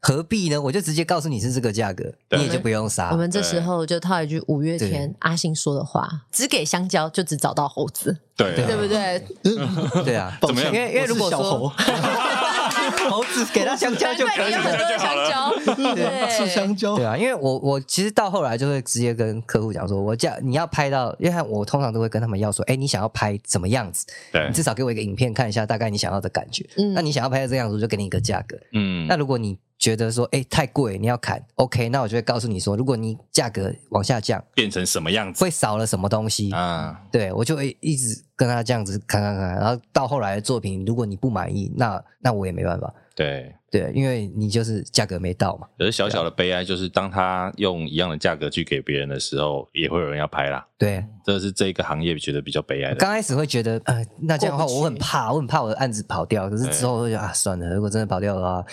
Speaker 4: 何必呢？我就直接告诉你是这个价格，
Speaker 1: 对
Speaker 4: 你也就不用杀
Speaker 2: 我。们这时候就套一句五月天阿信说的话：只给香蕉，就只找到猴子，
Speaker 1: 对
Speaker 2: 对
Speaker 1: 啊，
Speaker 2: 不对？
Speaker 4: 对啊，
Speaker 5: 抱歉
Speaker 4: 因为因为如果
Speaker 5: 我是小
Speaker 4: 说
Speaker 5: 猴
Speaker 4: 猴子给他香蕉
Speaker 2: 难
Speaker 4: 就
Speaker 2: 怪
Speaker 4: 可
Speaker 2: 你
Speaker 4: 以
Speaker 2: 有很
Speaker 4: 了。
Speaker 2: 多的香蕉，
Speaker 5: 吃
Speaker 2: 对，
Speaker 5: 香蕉
Speaker 4: 对，啊，因为我我其实到后来就会直接跟客户讲说，我叫你要拍到，因为我通常都会跟他们要说，哎，你想要拍怎么样子？
Speaker 1: 对
Speaker 4: 你至少给我一个影片看一下，大概你想要的感觉。
Speaker 2: 嗯
Speaker 4: 那你想要拍到这样子，我就给你一个价格。
Speaker 1: 嗯
Speaker 4: 那，如果你觉得说，哎、太贵，你要砍，OK，那我就会告诉你说，如果你价格往下降，
Speaker 1: 变成什么样子
Speaker 4: 会少了什么东西。
Speaker 1: 啊？
Speaker 4: 对，我就会一直跟他这样子看看看，然后到后来的作品，如果你不满意，那那我也没办法，
Speaker 1: 对，
Speaker 4: 对，因为你就是价格没到嘛，
Speaker 1: 可是小小的悲哀就是，当他用一样的价格去给别人的时候，也会有人要拍啦。
Speaker 4: 对，
Speaker 1: 这是这个行业觉得比较悲哀的。
Speaker 4: 刚开始会觉得，呃，那这样的
Speaker 2: 过
Speaker 4: 话
Speaker 2: 不去
Speaker 4: 我很怕，我很怕我的案子跑掉。可是之后我就觉得啊，算了，如果真的跑掉的话，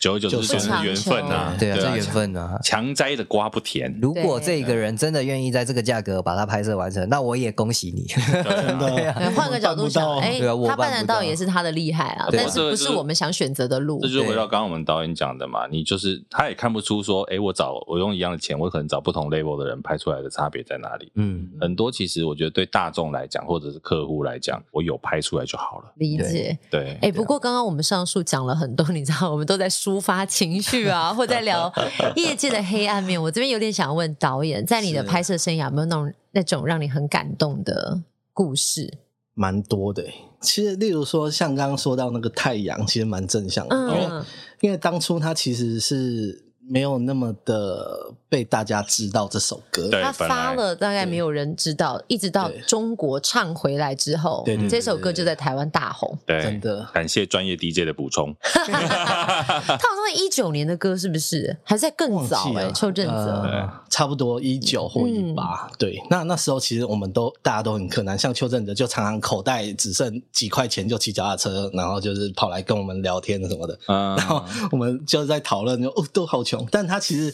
Speaker 1: 久而久之
Speaker 6: 就是
Speaker 1: 就是缘分呐、
Speaker 4: 对啊，这
Speaker 1: 啊，
Speaker 4: 缘分啊。
Speaker 1: 强摘的瓜不 甜。
Speaker 4: 如果这个人真的愿意在这个价格把它拍摄完成，那我也恭喜你。
Speaker 1: 啊
Speaker 6: 真的
Speaker 2: 对啊换个角度
Speaker 6: 我
Speaker 2: 想，
Speaker 6: 办不到
Speaker 2: 哎
Speaker 4: 对啊，我
Speaker 2: 他办
Speaker 4: 办
Speaker 2: 得
Speaker 4: 不
Speaker 2: 到
Speaker 4: 到
Speaker 2: 也是他的厉害啊，
Speaker 4: 对
Speaker 2: 但是
Speaker 1: 这个就
Speaker 2: 不
Speaker 1: 是
Speaker 2: 是我们想选择的路
Speaker 1: 这。就是回到刚刚我们导演讲的嘛，你就是他也看不出说，哎、我找我用一样的钱，我可能找不同 level 的人拍出来的差别在哪里。
Speaker 4: 嗯，
Speaker 1: 很多其实我觉得对大众来讲，或者是客户来讲，我有拍出来就好了。
Speaker 2: 理解，
Speaker 1: 对，
Speaker 2: 哎、不过刚刚我们上述讲了很多，你知道，我们都在抒发情绪啊，或在聊业界的黑暗面。我这边有点想问导演，在你的
Speaker 6: 是
Speaker 2: 拍摄生涯有没有那种那种让你很感动的故事？
Speaker 6: 蛮多的欸。其实，例如说像刚刚说到那个太阳，其实蛮正向的，因为
Speaker 2: 嗯，
Speaker 6: 因为当初他其实是没有那么的被大家知道这首歌，
Speaker 1: 对
Speaker 2: 他
Speaker 1: 本来
Speaker 2: 发了大概没有人知道，一直到
Speaker 6: 对
Speaker 2: 中国唱回来之后
Speaker 6: 对对，对
Speaker 2: 这首歌就在台湾大红。
Speaker 1: 对，
Speaker 6: 真的
Speaker 1: 感谢专业 DJ 的补 充。
Speaker 2: 他好像一九年的歌是不是？还是在更
Speaker 6: 忘
Speaker 2: 早
Speaker 6: 记
Speaker 2: 哎、
Speaker 6: 了
Speaker 2: 邱正泽。嗯
Speaker 6: 呃，差不多一九或一八、对。那那时候其实我们都大家都很困难，像邱正哲就常常口袋只剩几块钱，就骑脚踏车，然后就是跑来跟我们聊天什么的。
Speaker 1: 嗯，
Speaker 6: 然后我们就在讨论，就哦都好穷，但他其实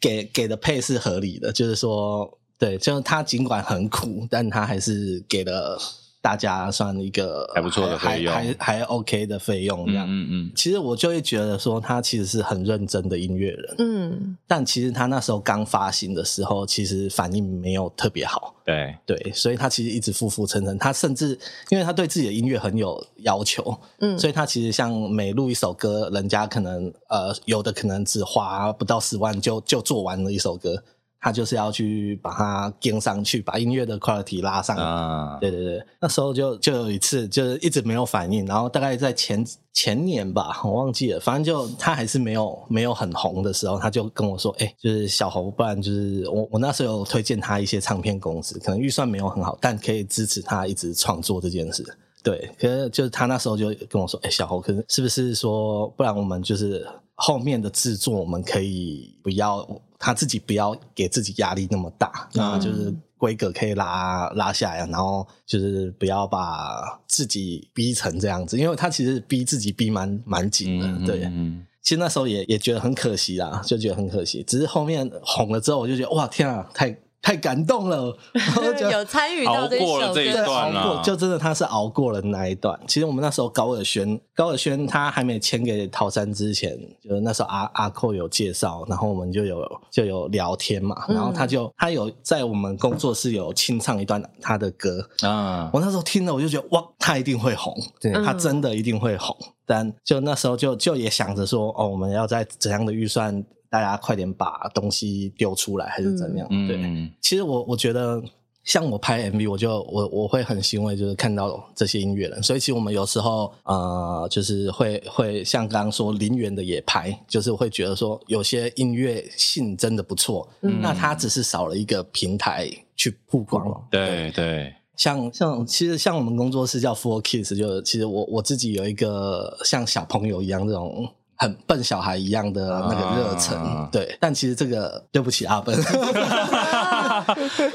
Speaker 6: 给给的配是合理的，就是说，对，就是他尽管很苦，但他还是给了大家算一个
Speaker 1: 还不错的费用
Speaker 6: 还还还 OK 的费用这
Speaker 1: 嗯
Speaker 6: 样。
Speaker 1: 嗯嗯，
Speaker 6: 其实我就会觉得说，他其实是很认真的音乐人，
Speaker 2: 嗯，
Speaker 6: 但其实他那时候刚发行的时候，其实反应没有特别好，
Speaker 1: 对，
Speaker 2: 嗯
Speaker 6: 对，所以他其实一直浮浮沉沉。他甚至因为他对自己的音乐很有要求，
Speaker 2: 嗯
Speaker 6: 所以他其实像每录一首歌，人家可能呃有的可能只花不到十万就就做完了一首歌，他就是要去把它跟上去，把音乐的 quality 拉上来。
Speaker 1: 啊，
Speaker 6: 对对对，那时候就就有一次，就是一直没有反应，然后大概在前前年吧，我忘记了，反正就他还是没有没有很红的时候，他就跟我说，哎、就是小侯，不然就是我我那时候有推荐他一些唱片公司，可能预算没有很好，但可以支持他一直创作这件事。对，可是就是他那时候就跟我说，哎、小侯，可是是不是说，不然我们就是后面的制作，我们可以不要他自己不要给自己压力那么大，那就是
Speaker 1: 嗯
Speaker 6: 规格可以拉拉下来，然后就是不要把自己逼成这样子，因为他其实逼自己逼蛮蛮紧的，
Speaker 1: 嗯，
Speaker 6: 对。
Speaker 1: 嗯
Speaker 6: 其实那时候也也觉得很可惜啦，就觉得很可惜。只是后面红了之后，我就觉得哇天啊，太太感动了， 我就觉得
Speaker 2: 有参与
Speaker 1: 熬
Speaker 2: 到这
Speaker 1: 过了
Speaker 2: 首
Speaker 1: 这一
Speaker 2: 歌，
Speaker 1: 段
Speaker 6: 熬
Speaker 1: 啦
Speaker 6: 过，，就真的他是熬过了那一段。其实我们那时候高尔宣，高尔宣他还没签给陶山之前，就是那时候阿阿寇有介绍，然后我们就有就有聊天嘛，然后他就、他有在我们工作室有清唱一段他的歌，
Speaker 1: 啊，
Speaker 6: 我那时候听了我就觉得哇，他一定会红，
Speaker 4: 对
Speaker 6: 他真的一定会红。但就那时候就就也想着说，哦，我们要在怎样的预算，大家快点把东西丢出来，还是怎样？
Speaker 1: 嗯
Speaker 6: 对，
Speaker 1: 嗯
Speaker 6: 其实我我觉得，像我拍 MV，我就我我会很欣慰，就是看到这些音乐人。所以其实我们有时候呃，就是会会像刚刚说林园的也拍，就是会觉得说有些音乐性真的不错，
Speaker 2: 嗯
Speaker 6: 那它只是少了一个平台去曝光。
Speaker 1: 对对，
Speaker 6: 像像其实像我们工作室叫 Four Kids，就其实我我自己有一个像小朋友一样这种。很笨小孩一样的那个热忱，
Speaker 1: 啊
Speaker 6: 对，但其实这个对不起阿笨，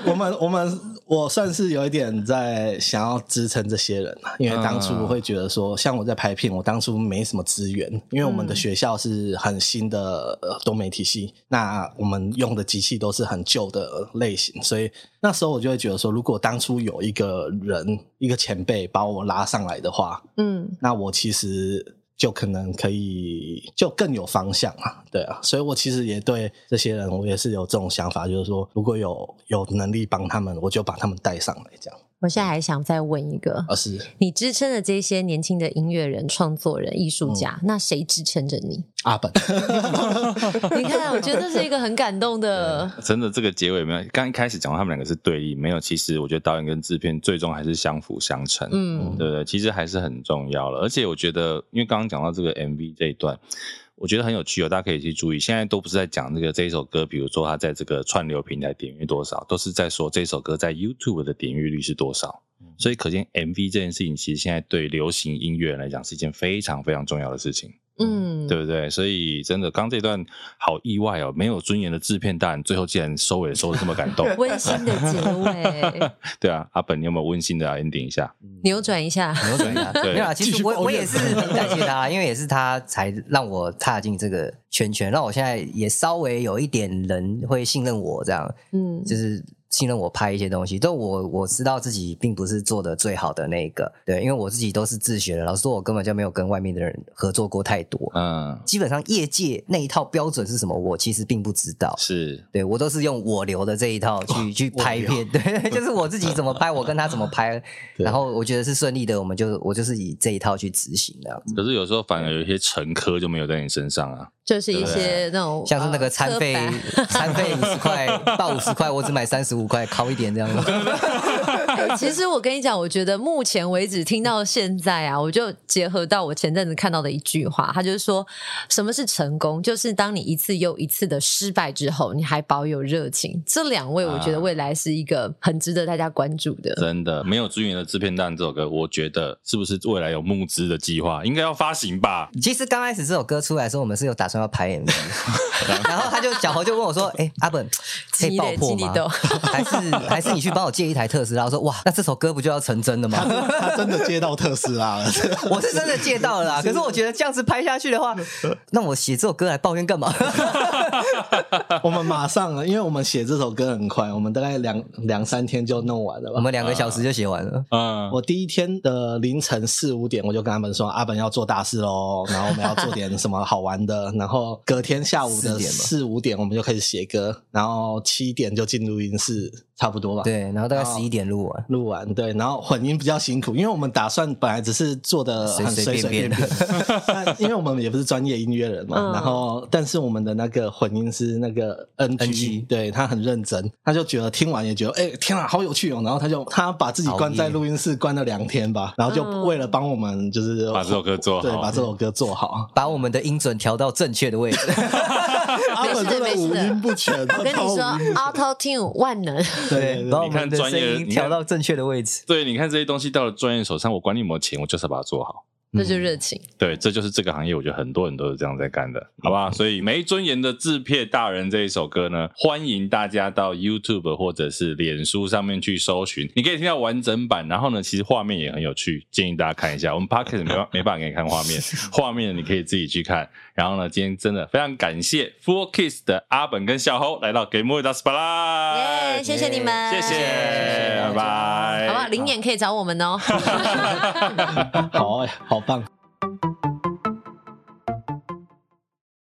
Speaker 6: 我们我们我算是有一点在想要支撑这些人啊，因为当初会觉得说，像我在拍片，我当初没什么资源，因为我们的学校是很新的呃多媒体系，那我们用的机器都是很旧的类型，所以那时候我就会觉得说，如果当初有一个人一个前辈把我拉上来的话，
Speaker 2: 嗯，
Speaker 6: 那我其实就可能可以就更有方向啊，对啊，所以我其实也对这些人，我也是有这种想法，就是说如果有有能力帮他们，我就把他们带上来，这样
Speaker 2: 我现在还想再问一个，
Speaker 6: 而是
Speaker 2: 你支撑了这些年轻的音乐人、创作人、艺术家，
Speaker 4: 嗯
Speaker 2: 那谁支撑着你？
Speaker 6: 阿本，
Speaker 2: 你看，我觉得这是一个很感动的，
Speaker 1: 真的这个结尾没有，刚一开始讲他们两个是对立，没有，其实我觉得导演跟制片最终还是相辅相成，
Speaker 2: 嗯
Speaker 1: 对不对？其实还是很重要了。而且我觉得，因为刚刚讲到这个 MV 这一段，我觉得很有趣哦，大家可以去注意。现在都不是在讲这个这一首歌，比如说它在这个串流平台点阅多少，都是在说这首歌在 YouTube 的点阅率是多少。所以可见 MV 这件事情，其实现在对流行音乐来讲是一件非常非常重要的事情。
Speaker 2: 嗯，。
Speaker 1: 对不对？所以真的，刚这段好意外哦，没有尊严的制片大人，最后竟然收尾收的这么感动
Speaker 2: 温馨的结尾，
Speaker 1: 对啊，阿本，你有没有温馨的啊 ending 一下？
Speaker 2: 扭转一下。
Speaker 4: 扭转一下。
Speaker 1: 对
Speaker 4: 啊没有啦，其
Speaker 6: 继
Speaker 4: 实
Speaker 6: 续
Speaker 4: 我
Speaker 6: 抱怨
Speaker 4: 我也是很感谢他， 因为也是他才让我踏进这个圈圈，让我现在也稍微有一点人会信任我，这样
Speaker 2: 嗯，
Speaker 4: 就是信任我拍一些东西。但我我知道自己并不是做的最好的那一个，对，因为我自己都是自学的，老实说，我根本就没有跟外面的人合作过太多。
Speaker 1: 嗯，
Speaker 4: 基本上业界那一套标准是什么，我其实并不知道。
Speaker 1: 是，
Speaker 4: 对我都是用我流的这一套去去拍片，对， 就是我自己怎么拍，我跟他怎么拍，
Speaker 6: 对
Speaker 4: 然后我觉得是顺利的，我们就我就是以这一套去执行的。
Speaker 1: 可是有时候反而有一些沉疴就没有在你身上啊。
Speaker 2: 就是一些那种
Speaker 4: 像是那个餐费
Speaker 2: 呃车板，
Speaker 4: 餐费五十块到五十块，我只买三十五块，靠一点这样子。
Speaker 2: 其实我跟你讲，我觉得目前为止听到现在啊，我就结合到我前阵子看到的一句话，他就是说，什么是成功？就是当你一次又一次的失败之后，你还保有热情。这两位，我觉得
Speaker 1: 啊
Speaker 2: 未来是一个很值得大家关注的。
Speaker 1: 真的，没有尊严的制片大人这首歌，我觉得是不是未来有募资的计划，应该要发行吧？
Speaker 4: 其实刚开始这首歌出来的时候，我们是有打算要拍 MV，然后他就小侯就问我说：“哎、阿本可以爆破
Speaker 2: 鸡肋鸡
Speaker 4: 吗
Speaker 2: 肋豆？
Speaker 4: 还是还是你去帮我借一台特斯拉？”我说：“哇，那这首歌不就要成真了吗？”
Speaker 6: 他真的接到特斯拉了，
Speaker 4: 我是真的借到了啦，可是我觉得这样子拍下去的话，那我写这首歌来抱怨干嘛？
Speaker 6: 我们马上了，因为我们写这首歌很快，我们大概两两三天就弄完了
Speaker 4: 我
Speaker 6: 吧。
Speaker 4: 们两个小时就写完了。
Speaker 1: 嗯，
Speaker 6: 我第一天的凌晨四五点，我就跟他们说阿本要做大事喽，然后我们要做点什么好玩的，然后隔天下午
Speaker 4: 4
Speaker 6: 的
Speaker 4: 点吧
Speaker 6: 四五点我们就开始写歌，然后七点就进录音室，差不多吧。
Speaker 4: 对，然后大概十
Speaker 6: 好
Speaker 4: 一点录完。
Speaker 6: 录完对，然后混音比较辛苦，因为我们打算本来只是做的很
Speaker 4: 随随
Speaker 6: 随随
Speaker 4: 便
Speaker 6: 便
Speaker 4: 便
Speaker 6: 便， 但因为我们也不是专业音乐人嘛，
Speaker 2: 嗯
Speaker 6: 然后但是我们的那个混音师那个 NG，,
Speaker 4: NG
Speaker 6: 对他很认真，他就觉得听完也觉得哎、天啊好有趣哦，然后他就他把自己关
Speaker 4: 熬
Speaker 6: 在
Speaker 4: 夜。
Speaker 6: 录音室关了两天吧，然后就
Speaker 2: 嗯
Speaker 6: 为了帮我们就是
Speaker 1: 把这首歌做好
Speaker 6: 对，把这首歌做 好
Speaker 4: 把我们的音准调到正确的位置，
Speaker 6: 阿本真的啊五音不全，
Speaker 2: 我跟你 说
Speaker 6: 超五音
Speaker 2: ，Auto Tune 万能，
Speaker 6: 对，
Speaker 4: 把
Speaker 6: 对
Speaker 4: 我们
Speaker 1: 你看
Speaker 4: 的
Speaker 1: 专
Speaker 4: 声
Speaker 1: 业人
Speaker 4: 音调到正确的位置。
Speaker 1: 对，你看这些东西到了专业手上，我管你有没有钱，我就是要把它做好。
Speaker 2: 这就是热情。
Speaker 1: 对，这就是这个行业，我觉得很多人都是这样在干的，好不好？所以《没尊严的制片大人》这一首歌呢，欢迎大家到 YouTube 或者是脸书上面去搜寻，你可以听到完整版。然后呢，其实画面也很有趣，建议大家看一下。我们 Podcast 没办没办法给你看画面，画面你可以自己去看。然后呢，今天真的非常感谢 Four Kiss 的阿本跟小侯来到 Game Over 巴拉，
Speaker 2: 耶，谢谢你们，
Speaker 1: 谢谢，拜拜，
Speaker 4: 哎
Speaker 2: 好不好？零点可以找我们哦。
Speaker 6: 好哎、好棒。